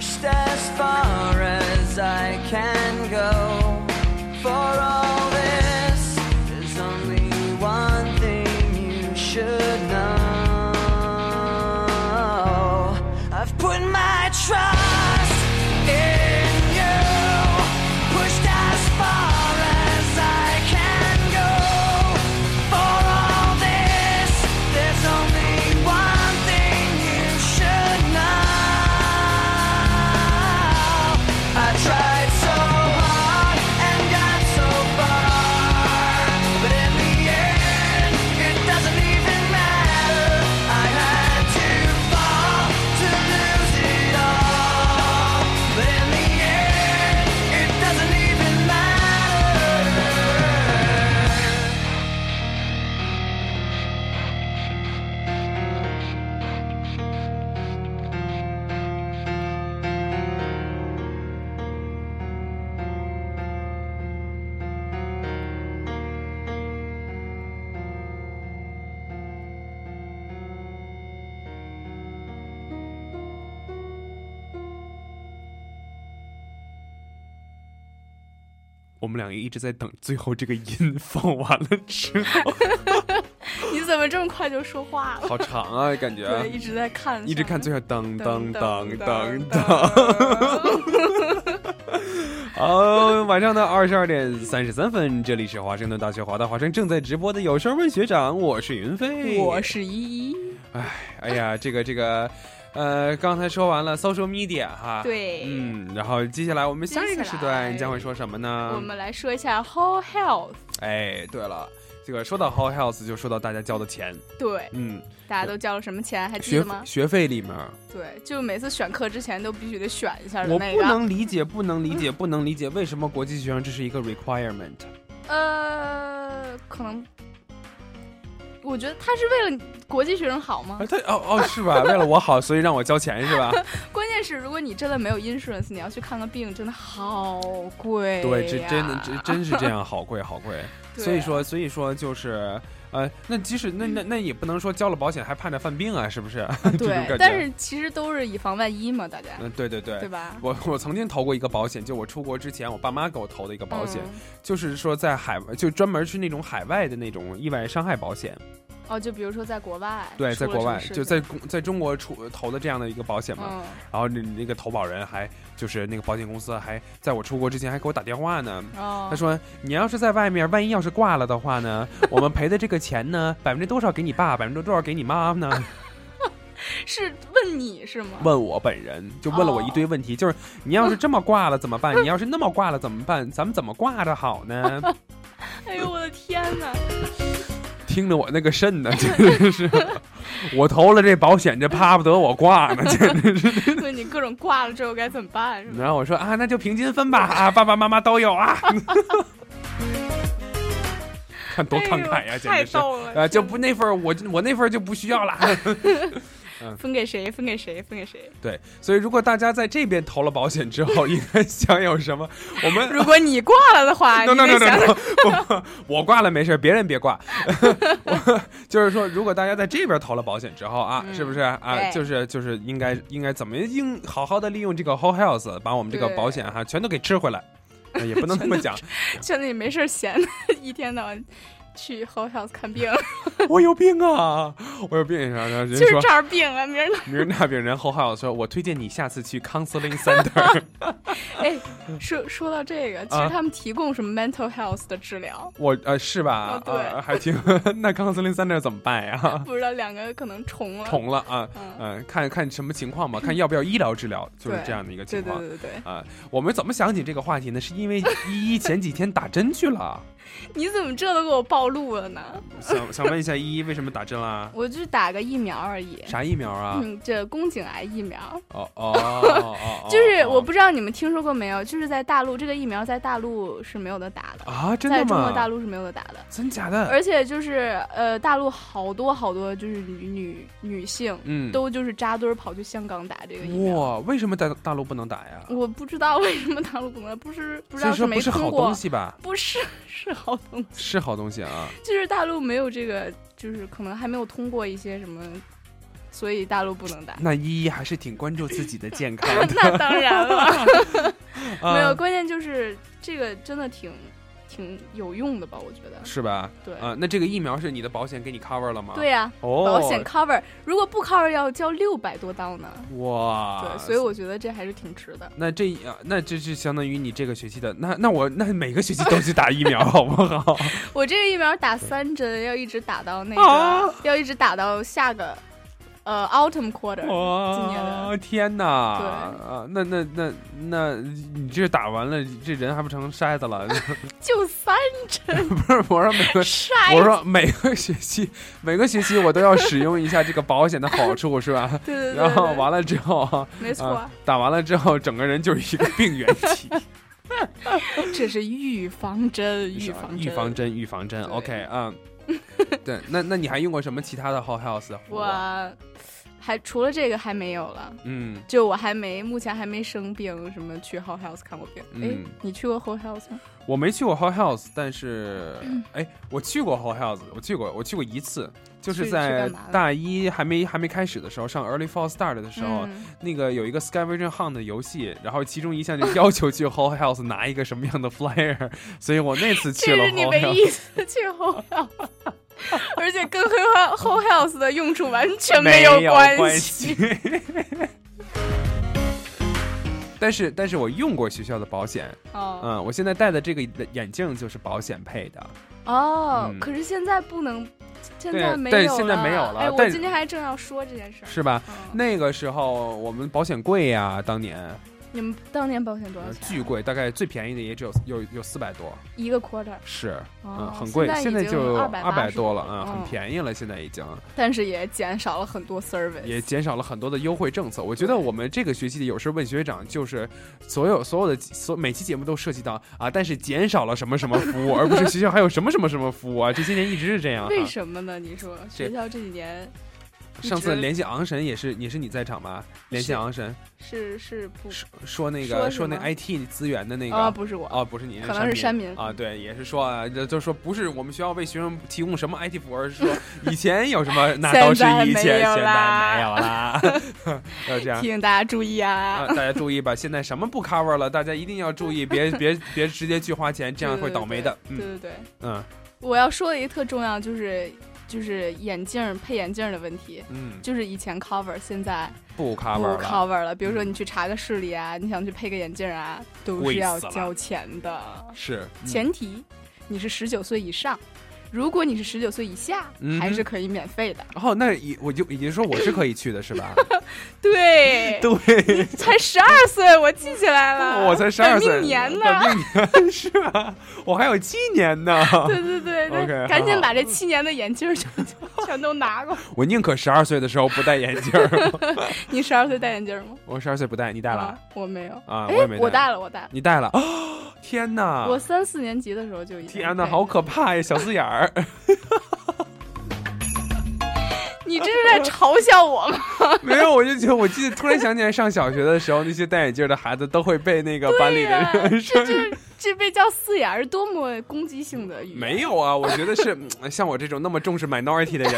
[SPEAKER 10] just as far as I can go. For all this, there's only one thing you should know. I've put my trust in you, pushed as far as I can go. For all this, there's only one thing you should know. I tried so hard and got so far, but in the end, it doesn't even matter. I had to fall to lose it all, but in the end, it doesn't even matter.
[SPEAKER 7] 我们两个一直在等最后这个音放完了之后，
[SPEAKER 8] 你怎么这么快就说话了？
[SPEAKER 7] 好长啊，感觉
[SPEAKER 8] 对，一直在看，
[SPEAKER 7] 一直看最后
[SPEAKER 8] 嗯
[SPEAKER 7] 噔噔噔噔
[SPEAKER 8] 噔。
[SPEAKER 7] 好，晚上的二十二点三十三分，这里是华盛顿大学华大华生正在直播的有声问学长，我是云飞，
[SPEAKER 8] 我是依依，
[SPEAKER 7] 哎呀，这个这个，呃，刚才说完了 social media 哈，
[SPEAKER 8] 对
[SPEAKER 7] 嗯，然后接下来我们下一个
[SPEAKER 8] 接
[SPEAKER 7] 时
[SPEAKER 8] 下
[SPEAKER 7] 段
[SPEAKER 8] 来
[SPEAKER 7] 将会说什么呢？
[SPEAKER 8] 我们来说一下 whole health。
[SPEAKER 7] 哎，对了，这个说到 Whole Health 就说到大家交的钱，
[SPEAKER 8] 对，
[SPEAKER 7] 嗯，
[SPEAKER 8] 大家都交了什么钱？还记
[SPEAKER 7] 学
[SPEAKER 8] 得吗？
[SPEAKER 7] 学费里面，
[SPEAKER 8] 对，就每次选课之前都必须得选一下的
[SPEAKER 7] 我
[SPEAKER 8] 那
[SPEAKER 7] 不
[SPEAKER 8] 个。
[SPEAKER 7] 能理解，不能理解，不能理解为什么国际学生这是一个 requirement。
[SPEAKER 8] 呃，可能，我觉得他是为了国际学生好吗
[SPEAKER 7] 啊，？他哦哦是吧？为了我好，所以让我交钱是 吧？
[SPEAKER 8] 关键是，如果你真的没有 insurance，你要去看个病，真的好贵、呀
[SPEAKER 7] 对，这真的这真是这样，好贵好 贵。
[SPEAKER 8] 对啊
[SPEAKER 7] 所以说所以说就是，呃，那即使那那那也不能说交了保险还盼着犯病啊，是不 是？这种感
[SPEAKER 8] 对
[SPEAKER 7] 觉，
[SPEAKER 8] 但是其实都是以防万一嘛，大家。
[SPEAKER 7] 嗯，对对对，
[SPEAKER 8] 对吧
[SPEAKER 7] 我我曾经投过一个保险，就我出国之前，我爸妈给我投的一个保险，
[SPEAKER 8] 嗯
[SPEAKER 7] 就是说在海外，就专门是那种海外的那种意外伤害保险。
[SPEAKER 8] 哦，就比如说在国外，
[SPEAKER 7] 对，
[SPEAKER 8] 出
[SPEAKER 7] 在
[SPEAKER 8] 了
[SPEAKER 7] 国
[SPEAKER 8] 什么
[SPEAKER 7] 外
[SPEAKER 8] 事
[SPEAKER 7] 就
[SPEAKER 8] 情
[SPEAKER 7] 在公在中国出投的这样的一个保险嘛。
[SPEAKER 8] 嗯
[SPEAKER 7] 然后那那个投保人还就是那个保险公司还在我出国之前还给我打电话呢。
[SPEAKER 8] 哦
[SPEAKER 7] 他说：“你要是在外面，万一要是挂了的话呢，我们赔的这个钱呢， 百分之多少给你爸，百分之多少给你妈呢？”
[SPEAKER 8] 是问你是吗？
[SPEAKER 7] 问我本人，就问了我一堆问题，就是你要是这么挂了怎么办？你要是那么挂了怎么办？咱们怎么挂着好呢？
[SPEAKER 8] 哎呦，我的天哪！
[SPEAKER 7] 听着我那个肾呢，真的是， 我投了这保险，这巴不得我挂呢， 简直是。
[SPEAKER 8] 那你各种挂了之后该怎么办？是吧
[SPEAKER 7] 然后我说啊，那就平均分吧，啊，爸爸妈妈都有啊。看 多慷慨呀、
[SPEAKER 8] 哎
[SPEAKER 7] 简
[SPEAKER 8] 呦
[SPEAKER 7] 直是
[SPEAKER 8] 太逗了
[SPEAKER 7] 啊，就不那份儿我我那份儿就不需要了。 嗯
[SPEAKER 8] 分给谁？分给谁？分给谁？
[SPEAKER 7] 对，所以如果大家在这边投了保险之后，应该想有什么？我们
[SPEAKER 8] 如果你挂了的话，
[SPEAKER 7] no
[SPEAKER 8] 啊你
[SPEAKER 7] no
[SPEAKER 8] 得
[SPEAKER 7] no no，,
[SPEAKER 8] 想
[SPEAKER 7] no 我我挂了没事，别人别 挂。我就是说，如果大家在这边投了保险之后啊，是不是啊？
[SPEAKER 8] 嗯对
[SPEAKER 7] 就是就是应该应该怎么应好好的利用这个 whole health，把我们这个
[SPEAKER 8] 对
[SPEAKER 7] 保险哈、全都给吃回来。呃也不能这么讲，
[SPEAKER 8] 真的也没事儿闲， 一天到晚去 h o l 看病，
[SPEAKER 7] 我有病啊，我有病啥的。人
[SPEAKER 8] 就
[SPEAKER 7] 家
[SPEAKER 8] 是
[SPEAKER 7] 说
[SPEAKER 8] 这 儿病啊，明儿 那儿
[SPEAKER 7] 明儿那病人后还有说，我推荐你下次去 counseling center。
[SPEAKER 8] 哎，说说到这个，其
[SPEAKER 7] 啊
[SPEAKER 8] 实他们提供什么 mental health 的治疗，
[SPEAKER 7] 我呃是吧
[SPEAKER 8] 哦？对
[SPEAKER 7] 呃还挺。 那 counseling center 怎么办 呀？
[SPEAKER 8] 不知道两个可能重了，
[SPEAKER 7] 啊重了啊，嗯、看看什么情况 吧，看要不要医疗治疗，就是这样的一个情况。
[SPEAKER 8] 对对对对
[SPEAKER 7] 啊、我们怎么想起这个话题呢？是因为依依前几天打针去了，
[SPEAKER 8] 你怎么这都给我暴露了呢？
[SPEAKER 7] 想想问一下依依为什么打针啦？
[SPEAKER 8] 我就是打个疫苗而已。
[SPEAKER 7] 啥疫苗啊？
[SPEAKER 8] 嗯，这宫颈癌疫苗，，
[SPEAKER 7] 哦哦哦哦
[SPEAKER 8] 就是我不知道你们听说过没有，就是在大陆这个疫苗在大陆是没有的打的，
[SPEAKER 7] 啊，真
[SPEAKER 8] 在
[SPEAKER 7] 的
[SPEAKER 8] 中国
[SPEAKER 7] 吗？
[SPEAKER 8] 大陆是没有的打的，
[SPEAKER 7] 真假的？
[SPEAKER 8] 而且就是呃，大陆好多好多就是女女女性，
[SPEAKER 7] 嗯
[SPEAKER 8] 都就是扎堆儿跑去香港打这个疫苗。
[SPEAKER 7] 哇，为什么在大陆不能打呀？
[SPEAKER 8] 我不知道为什么大陆不能，不是不知
[SPEAKER 7] 所
[SPEAKER 8] 道
[SPEAKER 7] 以说
[SPEAKER 8] 没
[SPEAKER 7] 不是
[SPEAKER 8] 通
[SPEAKER 7] 好
[SPEAKER 8] 过，
[SPEAKER 7] 东西吧？
[SPEAKER 8] 不是 是好东西，
[SPEAKER 7] 是好东西啊。
[SPEAKER 8] 就是大陆没有这个，就是可能还没有通过一些什么，所以大陆不能打。
[SPEAKER 7] 那依依还是挺关注自己的健 康的。
[SPEAKER 8] 那当 然了，
[SPEAKER 7] 啊
[SPEAKER 8] 没有，关键就是这个真的挺挺有用的吧？我觉得
[SPEAKER 7] 是吧？
[SPEAKER 8] 对
[SPEAKER 7] 啊、那这个疫苗是你的保险给你 cover 了吗？
[SPEAKER 8] 对呀、
[SPEAKER 7] 哦，
[SPEAKER 8] 保险 cover，如果不 cover 要交六百多刀呢。
[SPEAKER 7] 哇，
[SPEAKER 8] 对，所以我觉得这还是挺值的。
[SPEAKER 7] 那这啊，那这是相当于你这个学期的，那那我那每个学期都去打疫苗，好不 好？
[SPEAKER 8] 我这个疫苗打三针，要一直打到那个，
[SPEAKER 7] 啊
[SPEAKER 8] 要一直打到下个呃 autumn quarter，、今
[SPEAKER 7] 哦
[SPEAKER 8] 年的。
[SPEAKER 7] 哇，天哪！
[SPEAKER 8] 对
[SPEAKER 7] 啊，那那那那你这打完了，这人还不成筛子 了？
[SPEAKER 8] 就三针，
[SPEAKER 7] 不是，我说每个，
[SPEAKER 8] 筛
[SPEAKER 7] 我说每个学期，每个学期我都要使用一下这个保险的好处，是吧？
[SPEAKER 8] 对对对
[SPEAKER 7] 然后
[SPEAKER 8] 对
[SPEAKER 7] 完了之后啊，
[SPEAKER 8] 没错
[SPEAKER 7] 啊打完了之后，整个人就是一个病原体。
[SPEAKER 8] 这是预防针， 预防针，
[SPEAKER 7] 啊预防针，预防针。OK，嗯， 对，那那你还用过什么其他的 Whole Health 的服务啊？
[SPEAKER 8] 我还除了这个还没有了，
[SPEAKER 7] 嗯，
[SPEAKER 8] 就我还没，目前还没生病，什么去 Whole Health 看过病。哎、
[SPEAKER 7] 嗯
[SPEAKER 8] 你去过 Whole Health 吗？
[SPEAKER 7] 我没去过 Whole Health，但 是哎，我去过 Whole Health，我去过，我去过一次，就是
[SPEAKER 8] 去去
[SPEAKER 7] 在
[SPEAKER 8] 干嘛了
[SPEAKER 7] 大一还没还没开始的时候，上 Early Fall Start 的时候，
[SPEAKER 8] 嗯
[SPEAKER 7] 那个有一个 Sky Vision Hunt 的游戏，然后其中一项就要求去 Whole Health 拿一个什么样的 flyer，所以我那次去
[SPEAKER 8] 这
[SPEAKER 7] 了
[SPEAKER 8] 是你
[SPEAKER 7] Whole
[SPEAKER 8] 唯一一
[SPEAKER 7] Health。
[SPEAKER 8] 次去 Whole Health，而 且跟 Whole Whole Health 的用处完 全
[SPEAKER 7] 有
[SPEAKER 8] 有关
[SPEAKER 7] 系。 但是，但是我用过学校的保险，
[SPEAKER 8] 哦
[SPEAKER 7] 嗯，我现在戴的这个眼镜就是保险配的，
[SPEAKER 8] 哦、
[SPEAKER 7] 嗯
[SPEAKER 8] 可是现在不能，现
[SPEAKER 7] 对
[SPEAKER 8] 在没有
[SPEAKER 7] 但
[SPEAKER 8] 了，
[SPEAKER 7] 是现在没有了
[SPEAKER 8] 哎，我
[SPEAKER 7] 但
[SPEAKER 8] 今天还正要说这件事儿。嗯
[SPEAKER 7] 是吧？那个时候我们保险贵呀、当年
[SPEAKER 8] 你们当年保险多少
[SPEAKER 7] 呃
[SPEAKER 8] 钱？啊
[SPEAKER 7] 巨贵，大概最便宜的也只有有有四百多，
[SPEAKER 8] 一个 quarter，
[SPEAKER 7] 是，嗯，
[SPEAKER 8] 哦
[SPEAKER 7] 很贵，
[SPEAKER 8] 现
[SPEAKER 7] 现
[SPEAKER 8] 在已经
[SPEAKER 7] 就二百
[SPEAKER 8] 280
[SPEAKER 7] 多了，嗯，
[SPEAKER 8] 嗯
[SPEAKER 7] 很便宜了，现在已经。
[SPEAKER 8] 但是也减少了很多 service。
[SPEAKER 7] 也减少了很多的优惠政策。我觉得我们这个学期的有事问学长，就是所有所有的所每期节目都涉及到啊，但是减少了什么什么服务，而不是学校还有什么什么什么服务啊。这些年一直是这样、啊。
[SPEAKER 8] 为什么呢？你说
[SPEAKER 7] 这
[SPEAKER 8] 学校这几年一直
[SPEAKER 7] 上次联系昂神也是也是你在场吧？联系
[SPEAKER 8] 是
[SPEAKER 7] 昂神
[SPEAKER 8] 是是不
[SPEAKER 7] 说那
[SPEAKER 8] 说
[SPEAKER 7] 个
[SPEAKER 8] 什
[SPEAKER 7] 说那
[SPEAKER 8] 么
[SPEAKER 7] IT 资源的那个
[SPEAKER 8] 啊不是我
[SPEAKER 7] 哦不是你
[SPEAKER 8] 可能是
[SPEAKER 7] 山
[SPEAKER 8] 山民
[SPEAKER 7] 啊对也是说啊就就说不是我们学校为学生提供什么 IT 服务，而 是说以前有什么那都是以前
[SPEAKER 8] 现在没有
[SPEAKER 7] 现在
[SPEAKER 8] 啦
[SPEAKER 7] 没有啦， 要这样。
[SPEAKER 8] 请大家注意
[SPEAKER 7] 啊，
[SPEAKER 8] 啊！
[SPEAKER 7] 大家注意吧！现在什么不 cover 了，大家一定要注意，别别别直接去花钱，这样会倒霉的。嗯
[SPEAKER 8] 对对对，
[SPEAKER 7] 嗯
[SPEAKER 8] 我要说的一个特重要就是就是眼镜儿配眼镜儿的问题。
[SPEAKER 7] 嗯，
[SPEAKER 8] 就是以前 cover，现在
[SPEAKER 7] 不
[SPEAKER 8] 不
[SPEAKER 7] cover 了嗯
[SPEAKER 8] cover 了。比如说你去查个视力啊，你想去配个眼镜儿啊，都
[SPEAKER 7] 贵
[SPEAKER 8] 是要
[SPEAKER 7] 死了
[SPEAKER 8] 交钱的。
[SPEAKER 7] 是嗯
[SPEAKER 8] 前提你是十九岁以上，如果你是十九岁以下，
[SPEAKER 7] 嗯
[SPEAKER 8] 还是可以免费的。
[SPEAKER 7] 哦，那已我就已经说我是可以去的是 吧？
[SPEAKER 8] 对，
[SPEAKER 7] 对，
[SPEAKER 8] 才十二岁，我记起来了。
[SPEAKER 7] 我才十二岁
[SPEAKER 8] 本，命哎年呢？
[SPEAKER 7] 本命年 是吧？我还有七年呢。
[SPEAKER 8] 对对对对
[SPEAKER 7] OK，
[SPEAKER 8] 赶紧
[SPEAKER 7] 好
[SPEAKER 8] 把这七年的眼镜儿全 全都拿过来。
[SPEAKER 7] 我宁可十二岁的时候不戴眼镜儿。
[SPEAKER 8] 你十二岁戴眼镜儿吗？
[SPEAKER 7] 我十二岁不戴，你戴了？
[SPEAKER 8] 我没有
[SPEAKER 7] 啊
[SPEAKER 8] 哎
[SPEAKER 7] 我也没戴
[SPEAKER 8] 我戴了，我戴了。
[SPEAKER 7] 你戴了？哦天哪！
[SPEAKER 8] 我三四年级的时候就已经。
[SPEAKER 7] 天哪，啊好可怕呀，小四眼儿。
[SPEAKER 8] 你这是在嘲笑我吗？
[SPEAKER 7] 没有，我就觉得，我记得突然想起来，上小学的时候，那些戴眼镜的孩子都会被那个 班里的人说。
[SPEAKER 8] 这被叫四眼儿，多么攻击性的语言！
[SPEAKER 7] 没有啊，我觉得是 嗯像我这种那么重视 minority 的 人，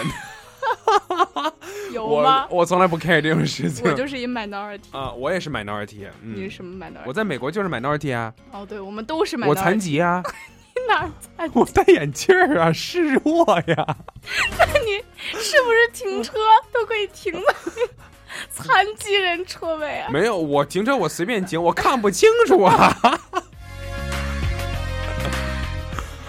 [SPEAKER 8] 有
[SPEAKER 7] 我
[SPEAKER 8] 吗？
[SPEAKER 7] 我从来不 care 这种事情。
[SPEAKER 8] 我就是一 minority，
[SPEAKER 7] 啊、我也是 minority，嗯，
[SPEAKER 8] 你是什么 minority？
[SPEAKER 7] 我在美国就是 minority 啊，
[SPEAKER 8] 哦，对，我们都是 minority。
[SPEAKER 7] 我残疾啊，
[SPEAKER 8] 你 哪儿哎残疾？
[SPEAKER 7] 我戴眼镜儿啊，示弱 呀，
[SPEAKER 8] 那你是不是停车都可以停在 残疾人车位啊？
[SPEAKER 7] 没有，我停车我随便停，我看不清楚啊。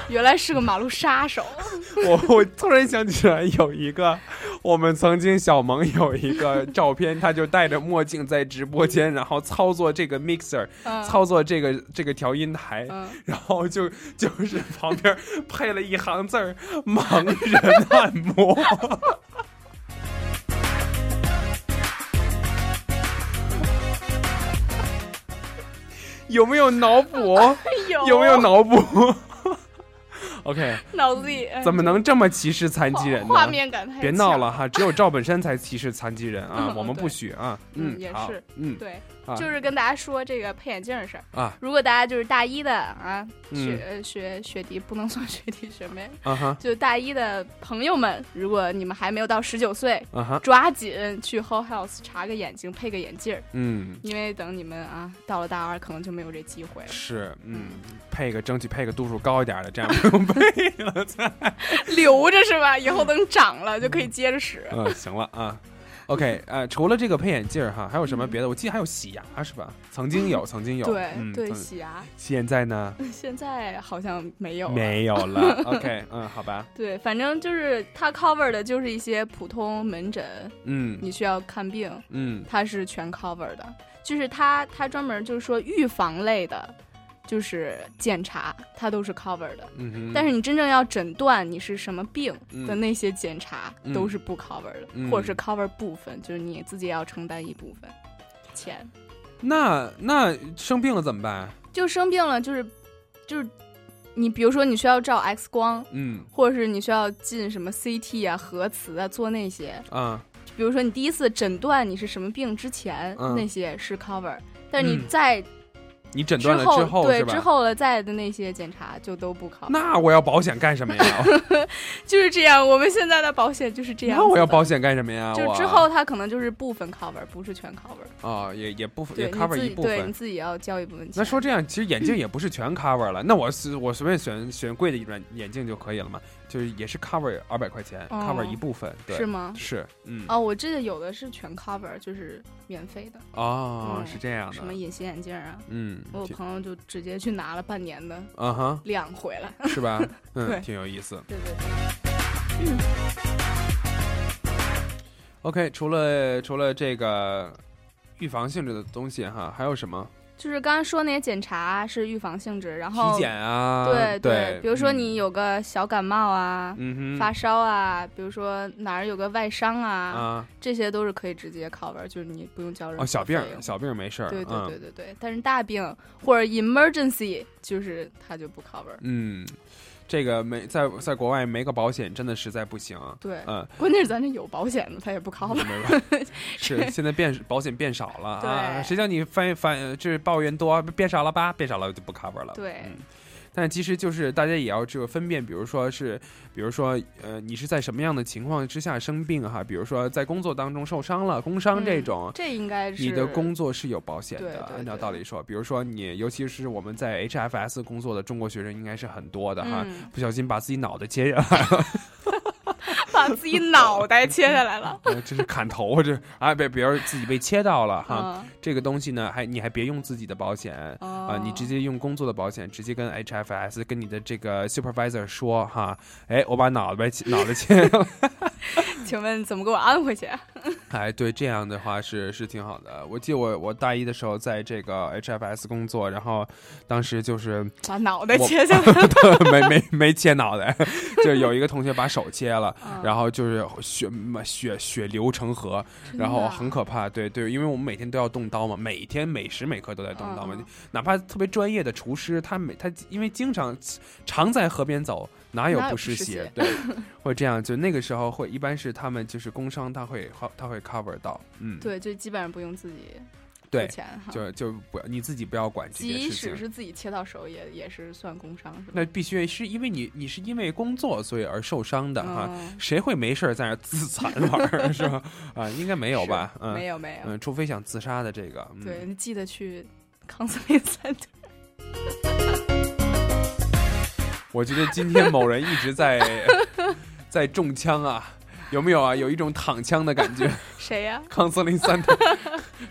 [SPEAKER 8] 原来是个马路杀手。
[SPEAKER 7] 我我突然想起来有一个，我们曾经小萌有一个照片，他就戴着墨镜在直播间，然后操作这个 mixer，、
[SPEAKER 8] 嗯
[SPEAKER 7] 操作这个这个调音台，
[SPEAKER 8] 嗯
[SPEAKER 7] 然后就就是旁边配了一行字儿“盲人按摩”。 有没有脑补？
[SPEAKER 8] 有
[SPEAKER 7] 有没有脑补 ？OK，
[SPEAKER 8] 脑子里哎
[SPEAKER 7] 怎么能这么歧视残疾人呢？
[SPEAKER 8] 画画面感太强
[SPEAKER 7] 别闹了哈，只有赵本山才歧视残疾人啊，
[SPEAKER 8] 嗯
[SPEAKER 7] 我们
[SPEAKER 8] 对
[SPEAKER 7] 不许啊。
[SPEAKER 8] 嗯也
[SPEAKER 7] 好
[SPEAKER 8] 是
[SPEAKER 7] 嗯，
[SPEAKER 8] 对
[SPEAKER 7] 啊，
[SPEAKER 8] 就是跟大家说这个配眼镜的事儿
[SPEAKER 7] 啊
[SPEAKER 8] 如果大家就是大一的啊，
[SPEAKER 7] 嗯
[SPEAKER 8] 学呃学学弟不能算学弟学妹，
[SPEAKER 7] 啊哈
[SPEAKER 8] 就大一的朋友们，如果你们还没有到十九岁
[SPEAKER 7] 啊哈，
[SPEAKER 8] 抓紧去 Whole House 查个眼睛，配个眼镜儿
[SPEAKER 7] 嗯。
[SPEAKER 8] 因为等你们啊到了大二，可能就没有这机会了
[SPEAKER 7] 是嗯，配个争取配个度数高一点的，这样不用配了 再。
[SPEAKER 8] 留着是吧？以后等长了就可以接着使。
[SPEAKER 7] 嗯，行了啊。OK，呃，除了这个配眼镜儿哈，还有什么别的？我记得还有洗牙是吧？曾经有，曾经有。
[SPEAKER 8] 嗯对
[SPEAKER 7] 嗯、
[SPEAKER 8] 对，
[SPEAKER 7] 曾
[SPEAKER 8] 洗牙。
[SPEAKER 7] 现在呢？
[SPEAKER 8] 现在好像没有了
[SPEAKER 7] 没有了。OK，嗯， 好吧。
[SPEAKER 8] 对，反正就是它 cover 的就是一些普通门诊，
[SPEAKER 7] 嗯
[SPEAKER 8] 你需要看病，
[SPEAKER 7] 嗯
[SPEAKER 8] 它是全 cover 的，就是它它专门就是说预防类的，就是检查它都是 cover 的，
[SPEAKER 7] 嗯哼
[SPEAKER 8] 但是你真正要诊断你是什么病
[SPEAKER 7] 嗯
[SPEAKER 8] 的那些检查
[SPEAKER 7] 嗯
[SPEAKER 8] 都是不 cover 的，
[SPEAKER 7] 嗯
[SPEAKER 8] 或者是 cover 部分，就是你自己也要承担一部分钱，
[SPEAKER 7] 那那生病了怎么办？
[SPEAKER 8] 就生病了就是就是你比如说你需要照 X 光，
[SPEAKER 7] 嗯
[SPEAKER 8] 或者是你需要进什么 CT 啊、核磁啊，做那些。
[SPEAKER 7] 啊，
[SPEAKER 8] 比如说你第一次诊断你是什么病之前，
[SPEAKER 7] 嗯
[SPEAKER 8] 那些是 cover，但是你
[SPEAKER 7] 嗯
[SPEAKER 8] 在
[SPEAKER 7] 你诊
[SPEAKER 8] 之
[SPEAKER 7] 断了
[SPEAKER 8] 后，
[SPEAKER 7] 是
[SPEAKER 8] 对
[SPEAKER 7] 吧？
[SPEAKER 8] 之后了再的那些检查就都不 cover。
[SPEAKER 7] 那我要保险干什么 呀？
[SPEAKER 8] 就是这样，我们现在的保险就是这样。
[SPEAKER 7] 那我要。保险干什么呀？
[SPEAKER 8] 就
[SPEAKER 7] 我啊
[SPEAKER 8] 之后它可能就是部分 cover，不是全 cover，
[SPEAKER 7] 哦，也也不也
[SPEAKER 8] 对你
[SPEAKER 7] cover
[SPEAKER 8] 自己
[SPEAKER 7] 一部
[SPEAKER 8] 对你
[SPEAKER 7] 分。
[SPEAKER 8] 自己嗯要交一部分钱。
[SPEAKER 7] 那说这样，其实眼镜也不是全 cover 了。那我随我随便选选贵的眼眼镜就可以了嘛，就是也是 cover 二百块钱、
[SPEAKER 8] 哦
[SPEAKER 7] c o v e r 一部分，对，
[SPEAKER 8] 是吗
[SPEAKER 7] 是，嗯，
[SPEAKER 8] 哦，我记得有的是全 cover，就是免费的。
[SPEAKER 7] 哦
[SPEAKER 8] 嗯
[SPEAKER 7] 是这样的
[SPEAKER 8] 什么隐形眼镜啊？
[SPEAKER 7] 嗯
[SPEAKER 8] 我有
[SPEAKER 7] 挺
[SPEAKER 8] 朋友就直接去拿了半 年的
[SPEAKER 7] 啊哈
[SPEAKER 8] 量回来，？
[SPEAKER 7] 是吧 嗯，
[SPEAKER 8] 对
[SPEAKER 7] 挺有意思。
[SPEAKER 8] 对对对。嗯
[SPEAKER 7] OK，除了除了这个预防性质的东西哈，还有什么？
[SPEAKER 8] 就是刚刚说那些检查是预防性质，然
[SPEAKER 7] 体
[SPEAKER 8] 后
[SPEAKER 7] 检啊，
[SPEAKER 8] 对
[SPEAKER 7] 对，
[SPEAKER 8] 比如说
[SPEAKER 7] 嗯
[SPEAKER 8] 你有个小感冒啊，
[SPEAKER 7] 嗯哼
[SPEAKER 8] 发烧啊，比如说哪儿有个外伤啊，
[SPEAKER 7] 啊
[SPEAKER 8] 这些都是可以直接 cover，就是你不用交任何
[SPEAKER 7] 哦，小病
[SPEAKER 8] 费用
[SPEAKER 7] 儿小病儿没事儿，
[SPEAKER 8] 对对
[SPEAKER 7] 嗯
[SPEAKER 8] 对对对，但是大病或者 emergency 就是它就不 cover。
[SPEAKER 7] 嗯，这个没在在国外没个保险真的实在不行。
[SPEAKER 8] 对，
[SPEAKER 7] 嗯，
[SPEAKER 8] 关键是咱这有保险的，它也不 cover。
[SPEAKER 7] 是现在变保险变少了啊，
[SPEAKER 8] 对
[SPEAKER 7] 谁叫你翻翻就是抱怨多变少了吧？变少了就不 cover 了。嗯
[SPEAKER 8] 对，
[SPEAKER 7] 但其实就是大家也要这个分辨，比如说是，比如说呃，你是在什么样的情况之下生病哈？比如说在工作当中受伤了，工伤
[SPEAKER 8] 嗯
[SPEAKER 7] 这种，
[SPEAKER 8] 这应该是
[SPEAKER 7] 你的工作是有保险
[SPEAKER 8] 对
[SPEAKER 7] 的
[SPEAKER 8] 对。
[SPEAKER 7] 按照道理说，比如说你，尤其是我们在 HFS 工作的中国学生，应该是很多的哈
[SPEAKER 8] 嗯，
[SPEAKER 7] 不小心把自己脑袋切下来了，
[SPEAKER 8] 把 把自己脑袋切下来 了。
[SPEAKER 7] 哎这是砍头啊！这啊，别别自己被切到了
[SPEAKER 8] 嗯
[SPEAKER 7] 哈。这个东西呢，还你还别用自己的保险
[SPEAKER 8] 哦
[SPEAKER 7] 啊，你直接用工作的保险，直接跟 HFS 跟你的这个 supervisor 说哈，哎，我把脑袋切脑袋切了。
[SPEAKER 8] 请问怎么给我安回去？啊
[SPEAKER 7] 哎，对，这样的话是是挺好的。我记得我我大一的时候在这个 HFS 工作，然后当时就是
[SPEAKER 8] 把脑袋切下来，
[SPEAKER 7] 对没没没切脑袋，就有一个同学把手切了，然后就是血血血流成河， 然
[SPEAKER 8] 嗯
[SPEAKER 7] 后很可怕。对对，因为我们每天都要动刀嘛，每天每时每刻都在动刀
[SPEAKER 8] 嗯
[SPEAKER 7] 嘛，哪怕特别专业的厨师，他每他因为经常常在河边走。哪有不湿鞋？对，会这样。就那个时候会，一般是他们就是工伤，他会他会 cover 到，嗯，
[SPEAKER 8] 对，就基本上不用自己
[SPEAKER 7] 对
[SPEAKER 8] 钱哈，
[SPEAKER 7] 就就不你自己不要管这件事
[SPEAKER 8] 情。即使是自己切到手也，也也是算工伤，是吧？
[SPEAKER 7] 那必须是因为你你是因为工作所以而受伤的哈，嗯、谁会没事在那自残玩是 吧？啊，应该没有吧？嗯，
[SPEAKER 8] 没有没有，
[SPEAKER 7] 嗯，除非想自杀的这个，嗯、
[SPEAKER 8] 对，你记得去康斯林三队。
[SPEAKER 7] 我觉得今天某人一直在 在中枪啊，有没有啊？有一种躺枪的 感觉。
[SPEAKER 8] 谁呀、啊？
[SPEAKER 7] 康斯林三的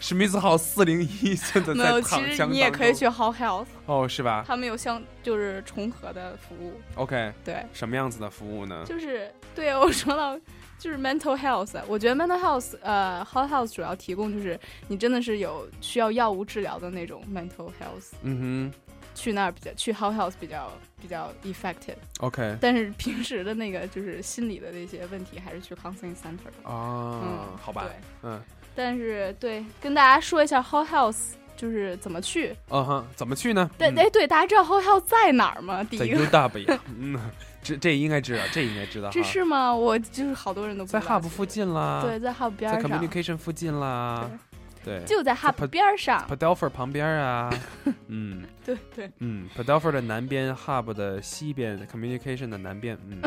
[SPEAKER 7] 史密斯号四零一现在在躺枪。没
[SPEAKER 8] 有，其实你也可以去 How Health。
[SPEAKER 7] 哦，是吧？
[SPEAKER 8] 他们有相就是重合的服务。
[SPEAKER 7] OK。
[SPEAKER 8] 对。
[SPEAKER 7] 什么样子的服务呢？
[SPEAKER 8] 就是对啊我说到就是 mental health，我觉得 mental health 呃 How Health 主要提供就是你真的是有需要药物治疗的那种 mental health。
[SPEAKER 7] 嗯哼。
[SPEAKER 8] 去那儿比较，去 How House 比较比较 effective。
[SPEAKER 7] OK，
[SPEAKER 8] 但是平时的那个就是心理的那些问题，还是去 counseling center。
[SPEAKER 7] 哦，
[SPEAKER 8] 嗯，
[SPEAKER 7] 好吧，嗯。
[SPEAKER 8] 但是对，跟大家说一下 How House 就是怎么去。
[SPEAKER 7] 嗯哼，怎么去呢？嗯
[SPEAKER 8] 但哎，对，大家知道 How House 在哪儿吗？第一个。
[SPEAKER 7] 在 UW 呀，嗯，这这应该知道，这应该知道。
[SPEAKER 8] 这是吗？我就是好多人都
[SPEAKER 7] 在 Hub 附近啊啦，
[SPEAKER 8] 对，在 Hub 边上，
[SPEAKER 7] 在 Communication 附近啦。对，
[SPEAKER 8] 就在 Hub 边上
[SPEAKER 7] p a d e l f o r 旁边 啊，嗯，
[SPEAKER 8] 对对，
[SPEAKER 7] 嗯 p a d e l f o r 的南边，Hub 的西边，Communication 的南边，嗯，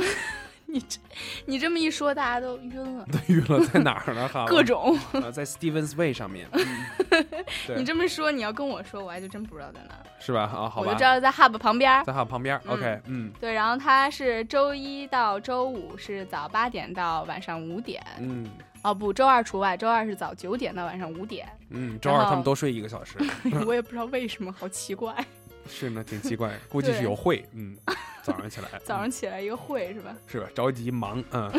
[SPEAKER 8] 你这你这么一说，大家都晕了，
[SPEAKER 7] 都晕了，在哪儿 呢？哈，
[SPEAKER 8] 各种
[SPEAKER 7] 啊，在 Stevens Way 上面。嗯
[SPEAKER 8] 你这么说，你要跟我说，我还就真不知道在哪儿，
[SPEAKER 7] 是吧？啊，好吧，
[SPEAKER 8] 我就知道在 Hub 旁边，
[SPEAKER 7] 在 Hub 旁边，OK，嗯，
[SPEAKER 8] 对，然后它是周一到周五是早八点到晚上五点，
[SPEAKER 7] 嗯。
[SPEAKER 8] 哦不，周二除外，周二是早九点到晚上 五点。
[SPEAKER 7] 嗯，周二他们多睡一个小时。
[SPEAKER 8] 我也不知道为什么，好奇怪。
[SPEAKER 7] 是呢，挺奇怪，估计是有会。嗯，早上起来。 嗯
[SPEAKER 8] 早上起来一个会是吧？
[SPEAKER 7] 是吧？着急忙，嗯。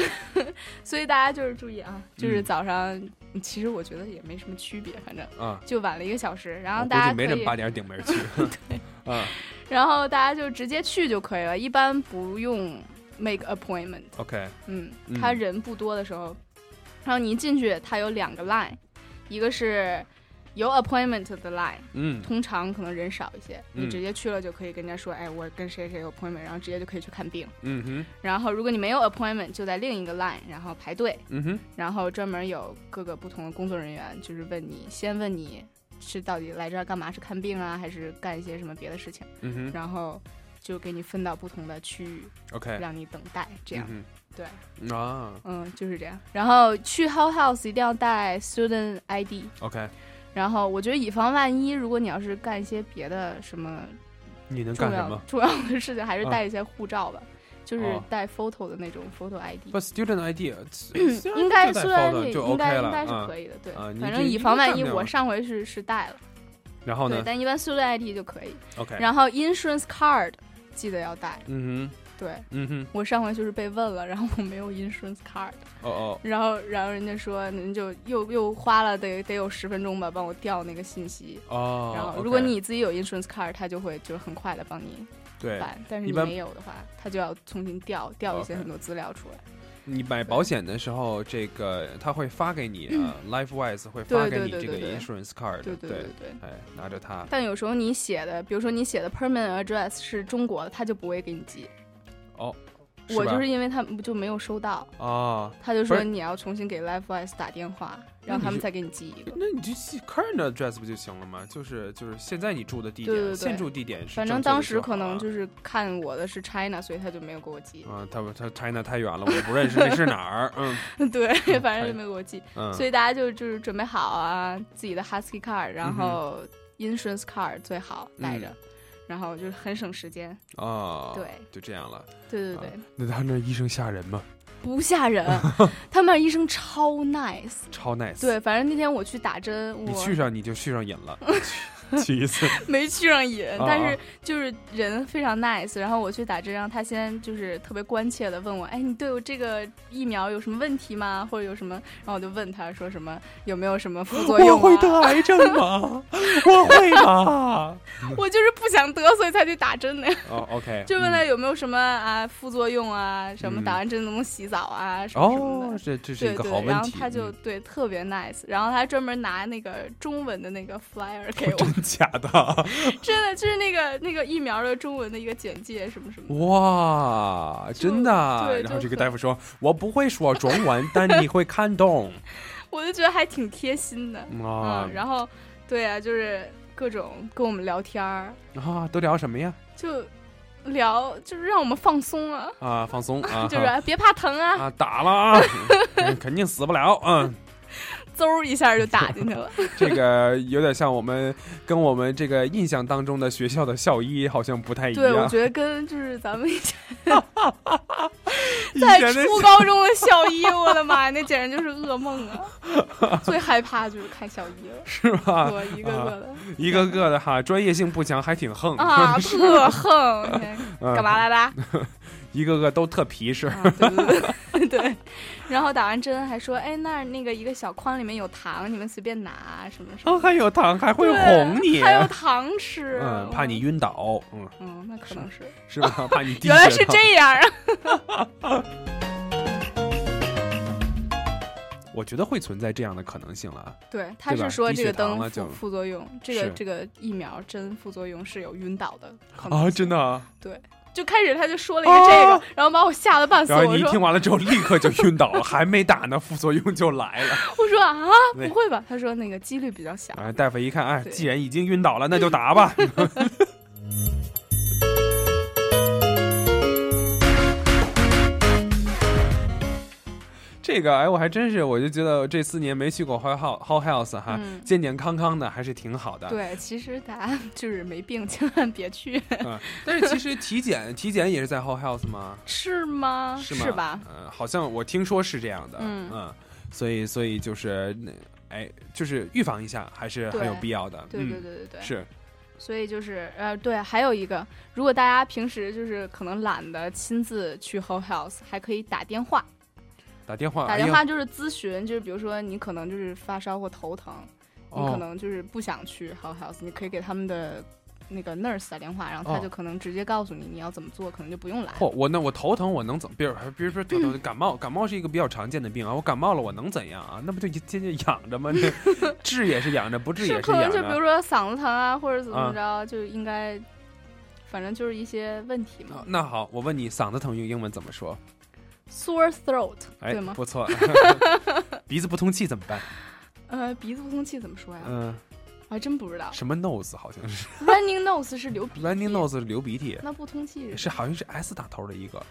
[SPEAKER 8] 所以大家就是注意啊，就是早上，嗯其实我觉得也没什么区别，反正
[SPEAKER 7] 啊，
[SPEAKER 8] 就晚了一个小时。然后大家
[SPEAKER 7] 没人八点顶门 去。
[SPEAKER 8] 对。
[SPEAKER 7] 啊。
[SPEAKER 8] 然后大家就直接去就可以了，一般不用 make appointment。
[SPEAKER 7] OK。
[SPEAKER 8] 嗯，他人不多的时候。然后你一进去，它有两个 line，一个是有 appointment 的 line，
[SPEAKER 7] 嗯，
[SPEAKER 8] 通常可能人少一些，
[SPEAKER 7] 嗯、
[SPEAKER 8] 你直接去了就可以跟人家说，哎，我跟谁谁有 appointment，然后直接就可以去看病，
[SPEAKER 7] 嗯哼。
[SPEAKER 8] 然后如果你没有 appointment，就在另一个 line，然后排队，
[SPEAKER 7] 嗯哼。
[SPEAKER 8] 然后专门有各个不同的工作人员，就是问你，先问你是到底来这儿干嘛，是看病啊，还是干一些什么别的事情，
[SPEAKER 7] 嗯哼。
[SPEAKER 8] 然后就给你分到不同的区域
[SPEAKER 7] ，OK，
[SPEAKER 8] 让你等待，这样。
[SPEAKER 7] 哎嗯
[SPEAKER 8] 对
[SPEAKER 7] 啊，
[SPEAKER 8] 嗯，就是这样。然后去 How House 一定要带 Student ID。
[SPEAKER 7] OK。
[SPEAKER 8] 然后我觉得以防万一，如果你要是干一些别的什么，
[SPEAKER 7] 你能干什么嗯哦
[SPEAKER 8] 重要的事情，还是带一些护照吧，就是带 photo 的那种 photo ID。
[SPEAKER 7] 不，Student ID
[SPEAKER 8] 应该
[SPEAKER 7] Student
[SPEAKER 8] ID
[SPEAKER 7] 就
[SPEAKER 8] 应该
[SPEAKER 7] OK 嗯啊
[SPEAKER 8] 应该是可以的，对。反正以防万一，我上回是是带了。
[SPEAKER 7] 然后呢？
[SPEAKER 8] 但一般 Student ID 就可以。
[SPEAKER 7] 哦 OK。
[SPEAKER 8] 然后 Insurance Card 记得要带。
[SPEAKER 7] 嗯哼。
[SPEAKER 8] 对，
[SPEAKER 7] 嗯哼，
[SPEAKER 8] 我上回就是被问了，然后我没有 insurance card，
[SPEAKER 7] 哦哦，
[SPEAKER 8] 然后然后人家说您就又又花了得得有十分钟吧，帮我调那个信息
[SPEAKER 7] 哦，
[SPEAKER 8] 然后如果你自己有 insurance card，他就会就是很快的帮你
[SPEAKER 7] 对
[SPEAKER 8] 办，但是你没有的话，他就要重新调调一些很多资料出来。
[SPEAKER 7] 你买保险的时候，这个他会发给你
[SPEAKER 8] 嗯
[SPEAKER 7] 啊，LifeWise 会发给你这个 insurance card，
[SPEAKER 8] 对对对
[SPEAKER 7] 对，哎，拿着它。
[SPEAKER 8] 但有时候你写的，比如说你写的 permanent address 是中国的，他就不会给你寄。
[SPEAKER 7] 哦，
[SPEAKER 8] 我就是因为他们就没有收到
[SPEAKER 7] 啊，
[SPEAKER 8] 他就说你要重新给 LifeWise 打电话，让他们再给你寄一个。
[SPEAKER 7] 那你就 current address 不就行了吗？就是就是现在你住的地
[SPEAKER 8] 对对
[SPEAKER 7] 点，
[SPEAKER 8] 对
[SPEAKER 7] 现住地点是。
[SPEAKER 8] 反正当时可能就是看我的是 China，所以他就没有给我寄。
[SPEAKER 7] 啊，他他 China 太远了，我不认识那是哪儿。嗯，
[SPEAKER 8] 对，反正就没给我寄。
[SPEAKER 7] 嗯，
[SPEAKER 8] 所以大家就就是准备好啊，自己的 Husky Card，然
[SPEAKER 7] 嗯
[SPEAKER 8] 后 Insurance Card 最好带着，然后就是很省时间。
[SPEAKER 7] 啊，
[SPEAKER 8] 对，
[SPEAKER 7] 就这样了。
[SPEAKER 8] 对对对。
[SPEAKER 7] 那他那医生吓人吗？
[SPEAKER 8] 不 吓人，他们那医生超 nice，
[SPEAKER 7] 超 nice。
[SPEAKER 8] 对，反正那天我去打针，我
[SPEAKER 7] 你去上你就续上瘾 了，去一次
[SPEAKER 8] 没去上瘾，
[SPEAKER 7] 啊
[SPEAKER 8] 但是就是人非常 nice。然后我去打针，然后他先就是特别关切的问我，哎，你对我这个疫苗有什么问题吗？或者有什么？然后我就问他说什么有没有什么副作用、啊？
[SPEAKER 7] 我会得癌症 吗？我会吗？
[SPEAKER 8] 我就是不想得，所以才去打针的呀。
[SPEAKER 7] 哦，OK，
[SPEAKER 8] 就问
[SPEAKER 7] 嗯
[SPEAKER 8] 他有没有什么啊副作用啊，什么
[SPEAKER 7] 嗯
[SPEAKER 8] 打完针能不能洗澡啊，什么什么的。
[SPEAKER 7] 哦，这这是
[SPEAKER 8] 对
[SPEAKER 7] 一个
[SPEAKER 8] 对
[SPEAKER 7] 好，问
[SPEAKER 8] 然后
[SPEAKER 7] 题。
[SPEAKER 8] 他就对特别 nice，然后他还专门拿那个中文的那个 flyer 给 我，
[SPEAKER 7] 真嗯假的？
[SPEAKER 8] 真的就是那个那个疫苗的中文的一个简介什么什么的。
[SPEAKER 7] 哇，真的啊！
[SPEAKER 8] 对
[SPEAKER 7] 然
[SPEAKER 8] 就
[SPEAKER 7] 后这个
[SPEAKER 8] 很
[SPEAKER 7] 大夫说：“我不会说中文，但你会看 懂。
[SPEAKER 8] 我就觉得还挺贴心的。
[SPEAKER 7] 啊
[SPEAKER 8] 嗯，然后对啊，就是各种跟我们聊天儿，”
[SPEAKER 7] 啊，都聊什么呀？
[SPEAKER 8] 就聊就是让我们放松啊，
[SPEAKER 7] 啊，放松啊，
[SPEAKER 8] 就是哎别怕疼啊，
[SPEAKER 7] 啊，打了 啊，嗯肯定死不了啊。
[SPEAKER 8] 嗖、一下就打进去 了。
[SPEAKER 7] 这个有点像我们跟我们这个印象当中的学校的校医好像不太一样。
[SPEAKER 8] 对，我觉得跟就是咱们以前
[SPEAKER 7] 以
[SPEAKER 8] 在
[SPEAKER 7] 前的
[SPEAKER 8] 初高中的校医，我的妈呀，那简直就是噩梦 啊！最害怕就是看校医了，
[SPEAKER 7] 是吧？
[SPEAKER 8] 我一个个的
[SPEAKER 7] 啊一个个的哈，专业性不强，还挺横
[SPEAKER 8] 啊，
[SPEAKER 7] 是啊
[SPEAKER 8] 特 横，干嘛来的？
[SPEAKER 7] 一个个都特皮实。
[SPEAKER 8] 啊 对， 然后打完针还说，哎，那儿那个一个小筐里面有糖，你们随便拿，什么什
[SPEAKER 7] 啊，
[SPEAKER 8] 么。
[SPEAKER 7] 还有糖，还会
[SPEAKER 8] 对
[SPEAKER 7] 哄你，
[SPEAKER 8] 还有糖吃，
[SPEAKER 7] 嗯，怕你晕倒，嗯，
[SPEAKER 8] 嗯，那可能是，
[SPEAKER 7] 是吧？怕你低血
[SPEAKER 8] 啊原来是
[SPEAKER 7] 糖
[SPEAKER 8] 这样啊。
[SPEAKER 7] 我觉得会存在这样的可能性了啊。
[SPEAKER 8] 对，他
[SPEAKER 7] 吧
[SPEAKER 8] 是说
[SPEAKER 7] 低
[SPEAKER 8] 这个
[SPEAKER 7] 血糖
[SPEAKER 8] 灯
[SPEAKER 7] 了
[SPEAKER 8] 副
[SPEAKER 7] 就
[SPEAKER 8] 副作用，这个
[SPEAKER 7] 是
[SPEAKER 8] 这个疫苗针副作用是有晕倒的可能
[SPEAKER 7] 啊，
[SPEAKER 8] 性
[SPEAKER 7] 真的啊。
[SPEAKER 8] 对，就开始他就说了一个这个，
[SPEAKER 7] 啊
[SPEAKER 8] 然后把我吓得半死。
[SPEAKER 7] 然后
[SPEAKER 8] 我
[SPEAKER 7] 你一
[SPEAKER 8] 说
[SPEAKER 7] 听完了之后，立刻就晕倒了，还没打呢，副作用就来了。
[SPEAKER 8] 我说啊，
[SPEAKER 7] 对
[SPEAKER 8] 不会吧？他说那个几率比较小。
[SPEAKER 7] 啊，大夫一看，哎，
[SPEAKER 8] 对
[SPEAKER 7] 既然已经晕倒了，那就打 吧。这个哎，我还真是，我就觉得这四年没去过 Whole House Whole House 哈，
[SPEAKER 8] 嗯
[SPEAKER 7] 健健康康的还是挺好的。
[SPEAKER 8] 对，其实大家 就是没病，千万别去，
[SPEAKER 7] 嗯，但是其实体检体检也是在 Whole House 吗？
[SPEAKER 8] 是吗？
[SPEAKER 7] 是吗？
[SPEAKER 8] 吧？
[SPEAKER 7] 嗯，好像我听说是这样的。
[SPEAKER 8] 嗯
[SPEAKER 7] 所以所以就是，那哎，就是预防一下还是很有
[SPEAKER 8] 对
[SPEAKER 7] 必要的。
[SPEAKER 8] 对
[SPEAKER 7] 嗯
[SPEAKER 8] 对对对对
[SPEAKER 7] 是。
[SPEAKER 8] 所以就是呃，对，还有一个，如果大家平时就是可能懒得亲自去 Whole House，还可以打电话，
[SPEAKER 7] 打电话，
[SPEAKER 8] 打
[SPEAKER 7] 哎
[SPEAKER 8] 电
[SPEAKER 7] 呀
[SPEAKER 8] 话就是咨询，就是比如说你可能就是发烧或头疼，你
[SPEAKER 7] 哦
[SPEAKER 8] 可能就是不想去 Whole House，你可以给他们的那个 nurse 打电话，然后他
[SPEAKER 7] 哦
[SPEAKER 8] 就可能直接告诉你你要怎么做，可能就不用来。
[SPEAKER 7] 嚯、 我那我头疼，我能怎么？比如比如说头
[SPEAKER 8] 嗯
[SPEAKER 7] 疼，感冒，感冒是一个比较常见的病啊。我感冒了，我能怎样啊？那不就天天养着吗？这 治也是养啊着，不治也
[SPEAKER 8] 可能
[SPEAKER 7] 养
[SPEAKER 8] 就比如
[SPEAKER 7] 着。
[SPEAKER 8] 说嗓子疼啊，或者怎么
[SPEAKER 7] 啊
[SPEAKER 8] 着，就应该，反正就是一些问题嘛。
[SPEAKER 7] 那好，我问你，嗓子疼用英文怎么说？
[SPEAKER 8] Sore throat，
[SPEAKER 7] 哎
[SPEAKER 8] 对吗，？
[SPEAKER 7] 不 错，鼻子不通气怎么办？
[SPEAKER 8] 呃，鼻子不通气怎么说呀？
[SPEAKER 7] 嗯、
[SPEAKER 8] 我还真不知道。
[SPEAKER 7] 什么 nose 好像是
[SPEAKER 8] Running nose 是流鼻，
[SPEAKER 7] running nose 是流鼻涕，
[SPEAKER 8] 那不通气
[SPEAKER 7] 是好像是 S 打头的一个。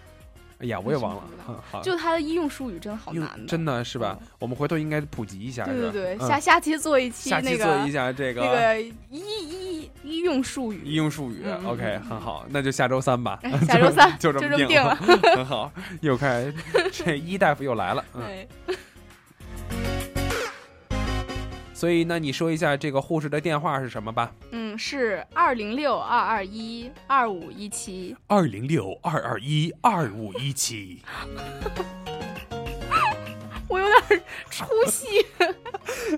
[SPEAKER 7] 哎呀，我也忘了。嗯好，
[SPEAKER 8] 就它的医用术语真的好
[SPEAKER 7] 用
[SPEAKER 8] 难的。
[SPEAKER 7] 真的是吧？我们回头应该普及一下。
[SPEAKER 8] 对
[SPEAKER 7] 是吧
[SPEAKER 8] 对对，
[SPEAKER 7] 嗯
[SPEAKER 8] 下下期做一期
[SPEAKER 7] 下
[SPEAKER 8] 那
[SPEAKER 7] 期
[SPEAKER 8] 个
[SPEAKER 7] 做一下这个
[SPEAKER 8] 那个医医医用术语。
[SPEAKER 7] 医用术语、
[SPEAKER 8] 嗯
[SPEAKER 7] o k 很好，那就下周三 吧，
[SPEAKER 8] 哎下周 三
[SPEAKER 7] 就这
[SPEAKER 8] 就这么
[SPEAKER 7] 定
[SPEAKER 8] 定了
[SPEAKER 7] 很好，又开这一大夫又来了，嗯，
[SPEAKER 8] 对，
[SPEAKER 7] 所以那你说一下这个护士的电话是什么吧？
[SPEAKER 8] 嗯，是二零六二二一二五一七。
[SPEAKER 7] 二零六二二一二五一七，
[SPEAKER 8] 我有点出戏。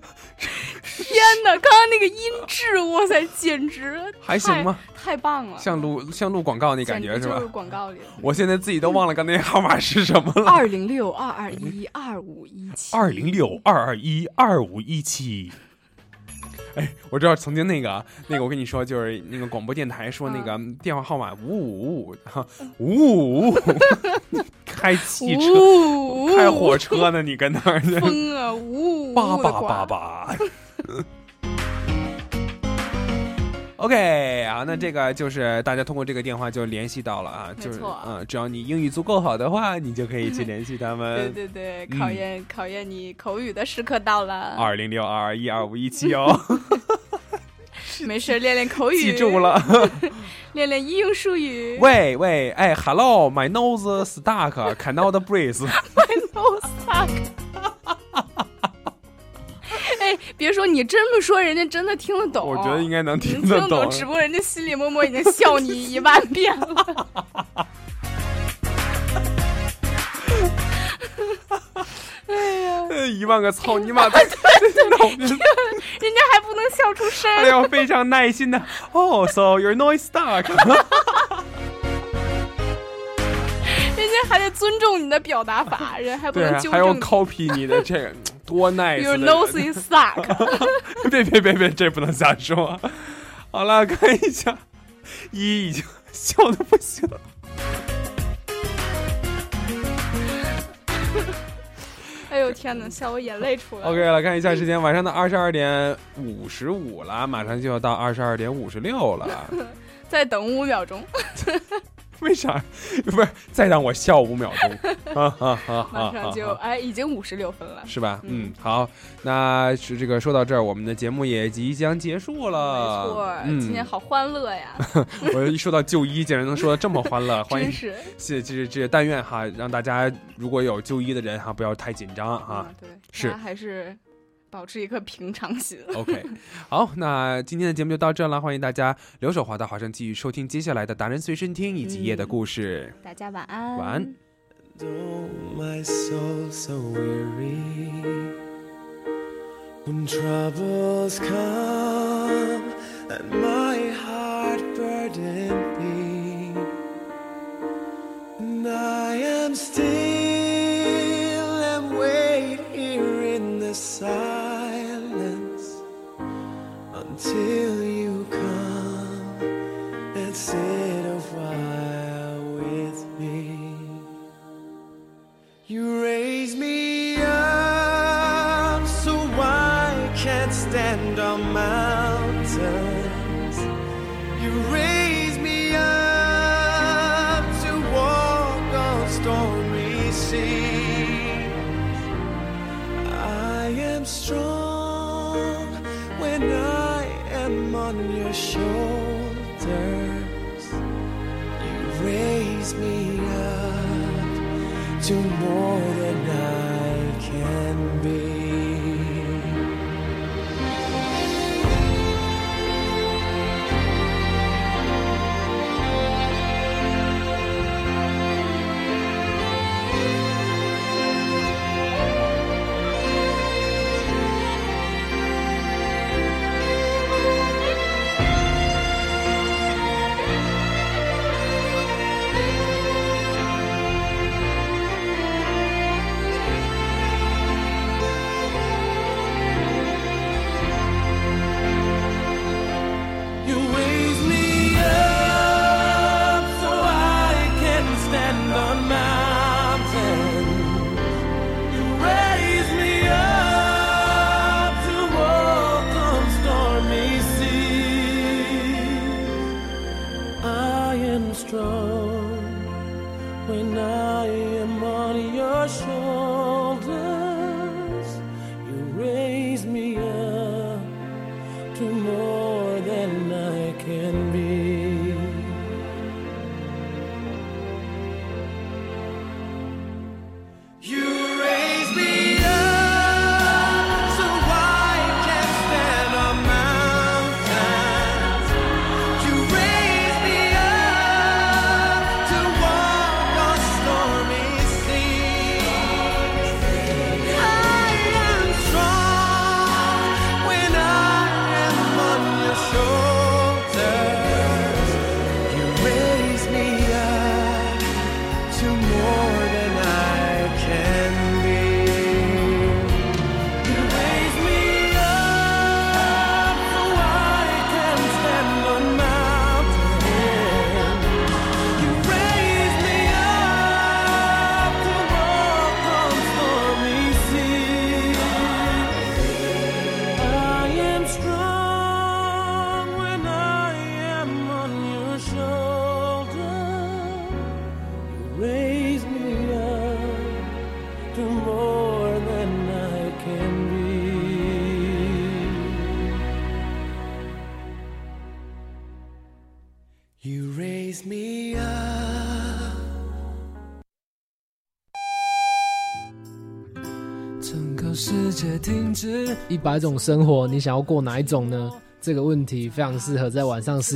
[SPEAKER 8] 天哪，刚刚那个音质，哇塞，简直
[SPEAKER 7] 还行吗
[SPEAKER 8] 太？太棒了，
[SPEAKER 7] 像录像录广告那感觉是
[SPEAKER 8] 简直
[SPEAKER 7] 吧
[SPEAKER 8] 就是？广告里的
[SPEAKER 7] 我现在自己都忘了刚才那号码是什么了。
[SPEAKER 8] 二零六二二一二五一七。
[SPEAKER 7] 二零六二二一二五一七。 哎，我知道曾经那个啊那个，我跟你说，就是那个广播电台说那个
[SPEAKER 8] 嗯
[SPEAKER 7] 电话号码五五五五五五 五，开汽
[SPEAKER 8] 车、
[SPEAKER 7] 开火车呢，你跟那儿去
[SPEAKER 8] 风啊，呜呜呜
[SPEAKER 7] 叭
[SPEAKER 8] 的
[SPEAKER 7] 叭
[SPEAKER 8] 刮
[SPEAKER 7] 叭叭。OK 啊，那这个就是大家通过这个电话就联系到了啊，
[SPEAKER 8] 没
[SPEAKER 7] 就是
[SPEAKER 8] 错
[SPEAKER 7] 嗯，只要你英语足够好的话，你就可以去联系他们。
[SPEAKER 8] 对对对，考
[SPEAKER 7] 嗯啊
[SPEAKER 8] 验、考验你口语的时刻到了。
[SPEAKER 7] 二零六二二一二五一七哦。
[SPEAKER 8] 没事，练练口语。
[SPEAKER 7] 记住了，
[SPEAKER 8] 练练医用术语。
[SPEAKER 7] 喂喂，哎，Hello，my nose stuck, cannot breathe.
[SPEAKER 8] My nose stuck. 哎，别说你这么说，人家真的听得懂。
[SPEAKER 7] 我觉得应该能
[SPEAKER 8] 哦听
[SPEAKER 7] 得
[SPEAKER 8] 懂，
[SPEAKER 7] 懂
[SPEAKER 8] 只不过人家心里默默已经笑你 一万遍了。
[SPEAKER 7] 哎 呀，一万个操你 妈！对
[SPEAKER 8] 对人 家还不能笑出声。
[SPEAKER 7] 哎呦，非常耐心的。哦，so your noise stuck。
[SPEAKER 8] 人家还得尊重你的表达法，人还不能
[SPEAKER 7] 啊
[SPEAKER 8] 纠正。
[SPEAKER 7] 还要 copy 你 的这个，嗯多 nice。
[SPEAKER 8] Your nose is stuck。
[SPEAKER 7] 别别别别，这不能瞎说。 好了，看一下，一已经笑的不行了。
[SPEAKER 8] 哎呦天哪，笑我眼泪出来了。
[SPEAKER 7] OK 了，看一下时间，晚上的二十二点五十五了，马上就要到二十二点五十六了。
[SPEAKER 8] 再等五秒钟。
[SPEAKER 7] 为啥？不是再让我笑五秒 钟啊啊
[SPEAKER 8] 啊！马上就、啊、哎，已经五十六分了，
[SPEAKER 7] 是吧？嗯，好，那是这个说到这儿，我们的节目也即将结束
[SPEAKER 8] 了。没错，嗯、今天好欢乐呀！
[SPEAKER 7] 我一说到就医，竟然能说的这么欢 乐，欢迎！
[SPEAKER 8] 是，
[SPEAKER 7] 这这这，但愿哈，让大家如果有就医的人哈，不要太紧张啊。
[SPEAKER 8] 嗯、对，
[SPEAKER 7] 是
[SPEAKER 8] 还是。保持一颗平常心。
[SPEAKER 7] OK，好，那今天的节目就到这了，欢迎大家留守华大华生继续收听接下来的达人随身听以及夜的故事。
[SPEAKER 8] 嗯、大家晚安，
[SPEAKER 7] 晚安。
[SPEAKER 11] silence until you come and sit a while with me. You raise me up so I can't stand on mountains. You raise me up to walk on stormy seas. I am strong when I am on your shoulders. You raise me up to more than I can be.
[SPEAKER 12] 整个世界停止。
[SPEAKER 9] 一百种生活，你想要过哪一种呢？这个问题非常适合在晚上十一